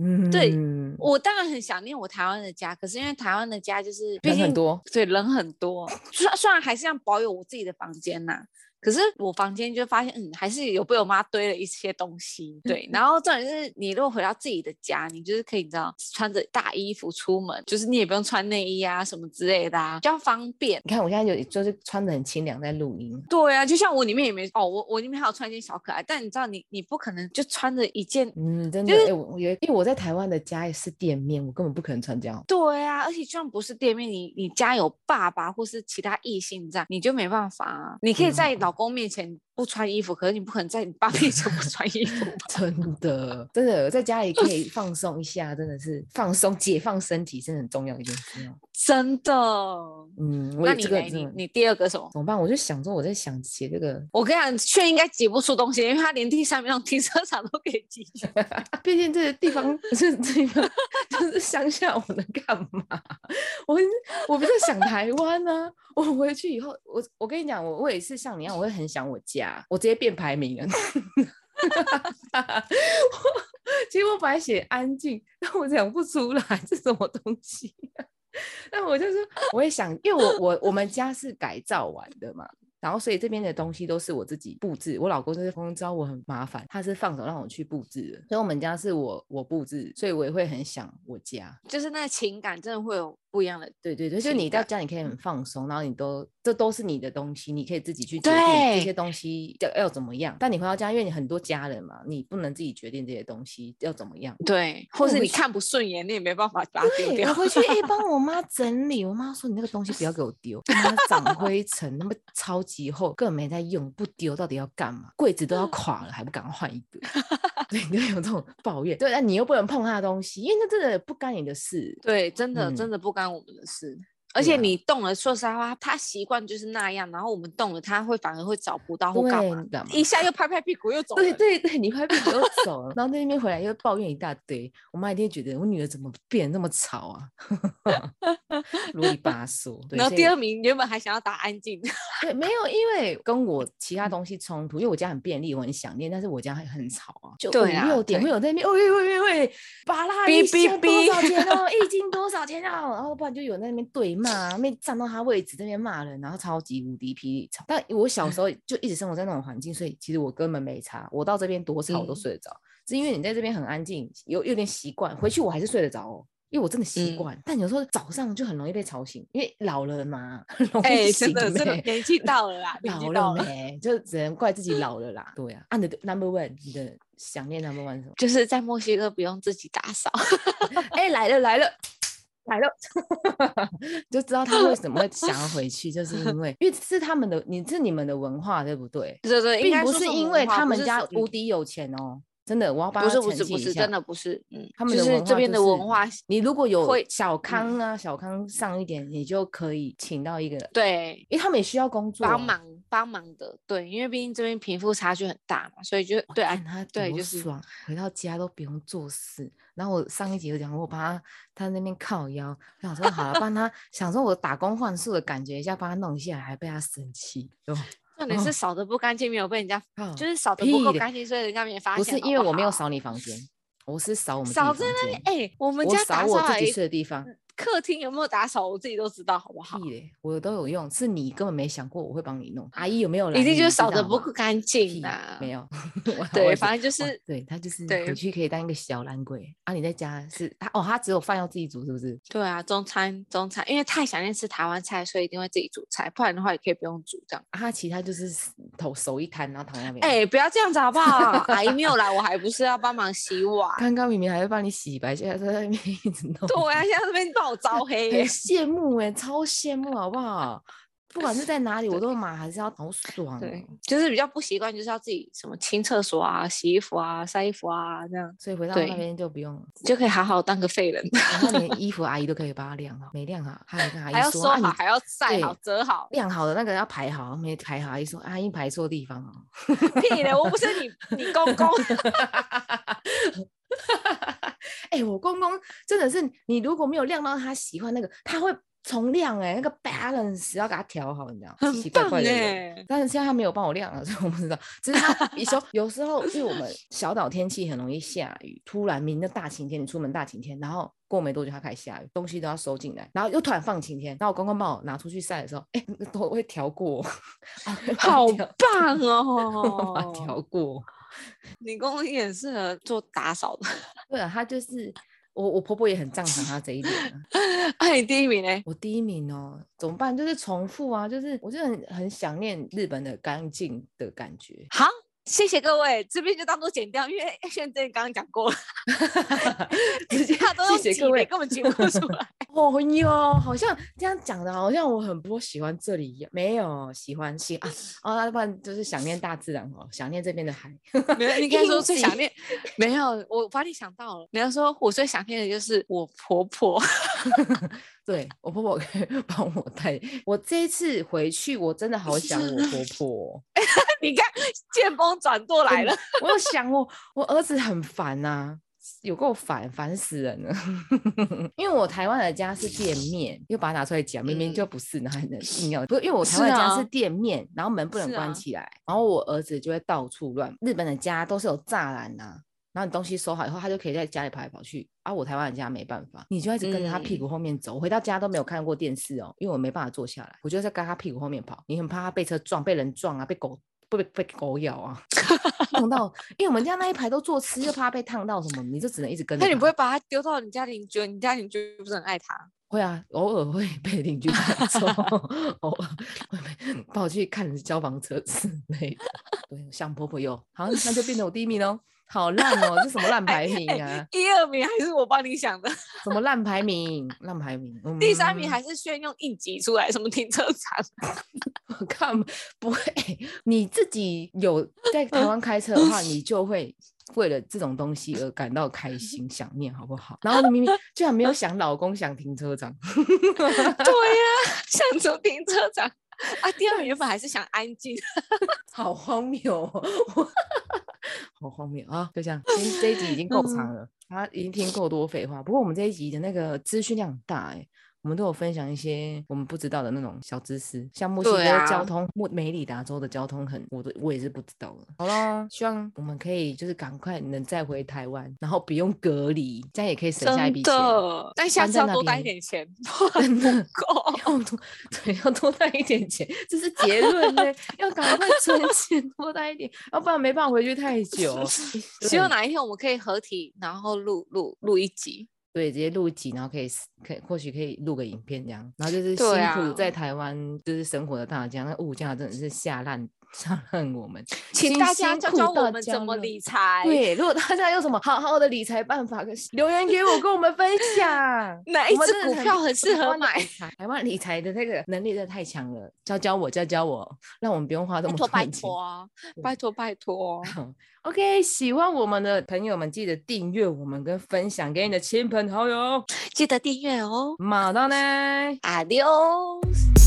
S1: 嗯，
S2: 对我当然很想念我台湾的家，可是因为台湾的家就是毕
S1: 人
S2: 竟
S1: 很多，
S2: 对人很多，虽然虽然还是要保有我自己的房间呐、可是我房间就发现，嗯，还是有被我妈堆了一些东西。对，然后重点是你如果回到自己的家，你就是可以，你知道，穿着大衣服出门，就是你也不用穿内衣啊什么之类的啊，比较方便。
S1: 你看我现在有就是穿的很清凉在录音，
S2: 对啊，就像我里面也没哦，我我里面还有穿一件小可爱，但你知道你，你不可能就穿着一件
S1: 嗯，真的，
S2: 就
S1: 哎、
S2: 是
S1: 我我有，因为我在台湾的家也是店面，我根本不可能穿这样。
S2: 对啊，而且就算不是店面，你你家有爸爸或是其他异性在，你就没办法啊。你可以
S1: 嗯
S2: 在老公面前不穿衣服，可是你不可能在你爸面前不穿衣服 吧。
S1: 真的，真的在家里可以放松一下，真的是放松、解放身体，真的很重要一件事哦。
S2: 真的。
S1: 嗯，我
S2: 那
S1: 也
S2: 你
S1: 这个
S2: 嘞你
S1: 真的
S2: 你第二个什么？
S1: 怎么办？我就想说，我在想写这个，
S2: 我跟你讲，却应该挤不出东西，因为他连第三名那种停车场都可以挤 出来。
S1: 毕竟这个地方 不是地方，就是乡下，我能干嘛？ 我我不是想台湾呢、我回去以后，我我跟你讲，我我也是像你一样，我会很想我家，我直接变排名了。 我其实我本来写安静，但我讲不出来是什么东西、啊 但我就是我也想，因为我我我们家是改造完的嘛，然后所以这边的东西都是我自己布置，我老公就是风知道我很麻烦，他是放手让我去布置的，所以我们家是我我布置，所以我也会很想我家。
S2: 就是那个情感真的会有不一样的。嗯
S1: 对对对，就
S2: 情
S1: 你到
S2: 感
S1: 家你可以很放松，然后你都这都是你的东西，你可以自己去决定这
S2: 对
S1: 些东西要要怎么样。但你回到家，因为你很多家人嘛，你不能自己决定这些东西要怎么样。
S2: 对，或
S1: 我
S2: 是
S1: 会
S2: 你
S1: 去
S2: 看不顺眼，你也没办法把它
S1: 对，
S2: 丢
S1: 我
S2: 掉。
S1: 回去 哎、帮我妈整理，我妈说你那个东西不要给我丢，它 长灰尘，那么超级厚，根本没在用，不丢到底要干嘛？柜子都
S2: 嗯
S1: 要垮了，还不赶快换一个？ 对，你就有这种抱怨。对，但你又不能碰她的东西，因为那真的不干你的事。
S2: 对，真的、
S1: 嗯
S2: 真的不干我们的事。而
S1: 对
S2: 且
S1: 啊
S2: 你动了，说实在话，他习惯就是那样，然后我们动了，他会反而会找不到或
S1: 对，
S2: 干嘛，
S1: 你干嘛？
S2: 一下又拍拍屁股又走了。
S1: 对对对，你拍屁股又走了，然后在那边回来又抱怨一大堆。我妈一定会觉得我女儿怎么变得那么吵啊， 啰里吧嗦。对
S2: 然后
S1: 所
S2: 第
S1: 以
S2: 二名原本还想要打安静，
S1: 对，没有，因为跟我其他东西冲突，因为我家很便利，我很想念，但是我家很很吵啊，就
S2: 对
S1: 五
S2: 啦
S1: 六点会
S2: 对
S1: 有在那边，哦喂喂喂喂，巴拉
S2: 哔
S1: 一
S2: 哔
S1: 下多少
S2: 哔
S1: 钱 哦，一斤多少钱哦，然后不然就有人在那边对骂，啊那边站到他位置在那边骂人，然后超级无敌霹雳吵。但我小时候就一直生活在那种环境，所以其实我根本没差，我到这边多吵我都
S2: 嗯
S1: 睡得着，是因为你在这边很安静，有有点习惯，回去我还是睡得着哦。因为我真的习
S2: 嗯
S1: 惯，但有时候早上就很容易被吵醒，因为老了嘛， 很容易
S2: 哎、
S1: 醒
S2: 真的真的
S1: 呗
S2: 年纪到 了啦，年纪
S1: 老
S2: 到
S1: 了
S2: 了，？
S1: 没，就只能怪自己老了啦。对啊，按的 number one，你的想念 number one 是什么
S2: 就是在墨西哥不用自己打扫。
S1: 哎、来了来了。来了， 就知道他为什么会想要回去，就是因 为因为是他们的，你是你们的文化，对不对？
S2: 对对，应
S1: 并
S2: 该
S1: 不
S2: 说
S1: 是
S2: 我
S1: 因
S2: 文
S1: 为
S2: 化
S1: 他
S2: 不
S1: 们
S2: 是
S1: 家
S2: 说嗯
S1: 无敌有钱哦，真的，我要帮
S2: 不
S1: 他
S2: 是不
S1: 澄
S2: 是
S1: 清
S2: 不
S1: 一
S2: 是
S1: 下，
S2: 真的不是，嗯，
S1: 他们
S2: 就
S1: 的
S2: 是
S1: 文
S2: 这
S1: 化就
S2: 边的文
S1: 是
S2: 化
S1: 你如果有
S2: 会嗯
S1: 小康啊，小康上一点，你就可以请到一个，
S2: 对
S1: 因为他们也需要工作啊、
S2: 帮忙帮忙的，对，因为毕竟这边贫富差距很大嘛，所以就对啊
S1: 看，他
S2: 对
S1: 多
S2: 就是
S1: 爽，回到家都不用做事。然后我上一集有讲过，我帮他他那边靠腰，我想说好了，帮他想说我打工换宿的感觉一下，帮他弄一下，还被他生气，有没有
S2: 重点
S1: 哦
S2: 是扫的不干净，没有被人家，
S1: 靠
S2: 就是扫的不
S1: 嗯屁
S2: 够
S1: 咧
S2: 干净，所以人家没发
S1: 不
S2: 现。
S1: 是
S2: 好
S1: 因为我没有
S2: 好
S1: 扫你房间，我是扫我们自己
S2: 扫
S1: 房
S2: 在那里
S1: 间，，
S2: 哎、我们
S1: 我
S2: 家
S1: 扫
S2: 打
S1: 我
S2: 扫
S1: 自己
S2: 哎
S1: 睡的地方。
S2: 客厅有没有打扫，我自己都知道，好不好？
S1: 屁嘞，我都有用，是你根本没想过我会帮你弄。阿姨有没有来？
S2: 一定
S1: 你
S2: 就是
S1: 知
S2: 扫的
S1: 道
S2: 不
S1: 吗
S2: 够干
S1: 屁
S2: 净呐。
S1: 没有。 我我
S2: 对，
S1: 也
S2: 反正就
S1: 哇
S2: 是
S1: 对他就是
S2: 对
S1: 回去可以当一个小懒鬼啊！你在家是他哦，他只有饭要自己煮，是不是？
S2: 对啊，中餐中餐，因为太想念吃台湾菜，所以一定会自己煮菜，不然的话也可以不用煮这样。
S1: 啊，他其他就是头手一摊，然后躺在那边。
S2: 哎、不要这样子好不好？阿姨没有来，我还不是要帮忙洗碗？
S1: 刚刚明明还会帮你洗白，现在在那边一直弄。
S2: 对啊，现在这边帮我招黑、
S1: 很
S2: 耶。
S1: 羡慕哎、超羡慕，好不好？不管是在哪 里，我都买，还是要好爽、
S2: 对
S1: 哦。，
S2: 就是比较不习惯，就是要自己什么清厕所啊、洗衣服啊、晒衣服啊，这样
S1: 所以回到那
S2: 对
S1: 边就不 用了，
S2: 就可以好好当个废人，
S1: 然后连衣服阿姨都可以帮他晾好，没晾好，还有跟阿
S2: 还要
S1: 姨
S2: 收
S1: 说，
S2: 好，
S1: 啊、你
S2: 还要晒
S1: 对
S2: 好、折好。
S1: 晾好的那个要排好，没排好，阿姨说阿姨排错地方哦了、
S2: 屁嘞，我不是你你公 公，
S1: 哎、我公公真的是，你如果没有晾到他喜欢那个，他会重晾哎、那个 balance 要给他调好，你知道，奇奇怪怪的人。
S2: 哎。
S1: 但是现在他没有帮我晾了， 所以我不知道。只是他有时候有时候，因为我 们小岛天气很容易下雨，突然明天大晴天，你出门大晴天，然后过没多久它开始下雨，东西都要收进来，然后又突然放晴天，然后我公公帮我拿出去晒的时候，哎、那个都会调过， 啊
S2: 好
S1: 我调
S2: 棒
S1: 我把它
S2: 哦！
S1: 调过。
S2: 你公公也很适合做打扫的。
S1: 对啊，他就是我，我婆婆也很赞赏他这一点啊、
S2: 哎，你第一名嘞？。
S1: 我第一名哦，怎么办？就是重复啊，就是我就很很想念日本的干净的感觉
S2: 好，谢谢各位，这边就当做剪掉，因为 炫正刚刚讲过了，
S1: 直 接
S2: 他都用
S1: 谢
S2: 挤
S1: 谢各
S2: 的，
S1: 位。
S2: 根本挤不出来。
S1: 哦哟，好像这样讲的，好像我很不喜欢这里一样。没有喜欢喜啊啊，那不然就是想念大自然哦，想念这边的海。
S2: 没有，你应该说
S1: 硬
S2: 最
S1: 挤
S2: 想念，没有，我把你想到了。你要说我最想念的就是我婆婆，
S1: 对我婆 婆可以帮我带。我这一次回去，我真的好想我婆婆哦。
S2: 你看剑锋转过来了，
S1: 我有想我，我儿子很烦呐、有够烦，烦死人了。 因为我台湾的家是店面，又把它拿出来讲，明明就不是，然后还能硬要。不是，因为我台湾的
S2: 嗯是
S1: 家
S2: 啊
S1: 是店面，然后门不能
S2: 是啊
S1: 关起来，然后我儿子就会到处乱。日本的家都是有栅栏呐、然后你东西收好以后，他就可以在家里跑来跑去。啊，我台湾的家没办法，你就一直跟着他屁
S2: 嗯
S1: 股后面走。我回到家都没有看过电视哦，因为我没办法坐下来，我就在跟他屁股后面跑。你很怕他被车撞、被人撞啊、被狗、被被狗咬啊，碰到。因为我们家那一排都坐吃，又怕被烫到什么，你就只能一直跟着
S2: 那
S1: 他。
S2: 你不会把它丢到你家邻居？你家邻居不是很爱它？
S1: 会啊，偶尔会被邻居赶走，偶尔会被抱去看消防车之类的。对，像婆婆有，好，那就变成我第一名喽。好烂哦，这什么烂排名啊？
S2: 第二名还是我帮你想的，
S1: 什么烂排名？烂排名。
S2: 第三
S1: 嗯
S2: 名还是炫用硬挤出来，什么停车 场？
S1: 我嗯看不会，你自己有在台湾开车的话，你就会为了这种东西而感到开心、想念，好不好？然后你明明居然没有想老公，想停车场，
S2: 对呀、像什么停车场啊？第二名原本还是想安静，
S1: 好荒谬哦！ 我好荒谬啊！就这样，今天这一集已经够
S2: 嗯
S1: 长了，大家已经听够多废话。不过我们这一集的那个资讯量很大哎、我们都有分享一些我们不知道的那种小知识，像墨西哥
S2: 对啊
S1: 交通，莫、美里达州的交通很，我都我也是不知道的。好啦，希望我们可以就是赶快能再回台湾，然后不用隔离，这样也可以省下一笔钱。
S2: 的。但下
S1: 关
S2: 次
S1: 在
S2: 要
S1: 那
S2: 多带
S1: 边
S2: 一点钱，不然
S1: 真 的
S2: 够。
S1: 要多对，要多带一点钱，这是结论呢、要赶快存 钱，多带一点，要不然没办法回去太久。
S2: 希
S1: 对
S2: 望哪一天我们可以合体，然后录录录一集。
S1: 对，直接录一集，然后可以可以或许可以录个影片这样，然后就是辛
S2: 对
S1: 苦
S2: 啊
S1: 在台湾就是生活的大家，那物价真的是吓烂吓烂我们，
S2: 请
S1: 辛
S2: 大家
S1: 辛
S2: 教
S1: 苦
S2: 教我
S1: 大
S2: 们
S1: 家
S2: 怎么
S1: 了
S2: 理财。，
S1: 对，如果大家有什么好好的理财办法，留言给我，跟我们分享。
S2: 哪一
S1: 我们
S2: 只
S1: 真的
S2: 股票很适
S1: 台
S2: 合
S1: 湾的
S2: 买
S1: 理？财台湾理财的那个能力真的太强了，教教我，教教我，让我们不用花这
S2: 拜
S1: 么
S2: 托
S1: 多
S2: 拜
S1: 钱。
S2: 托啊
S1: 对，
S2: 拜托拜 托。
S1: OK，喜欢我们的朋友们，记得订阅我们跟分享给你的亲朋好友。
S2: 记得订阅哦。
S1: 马到呢。
S2: Adios。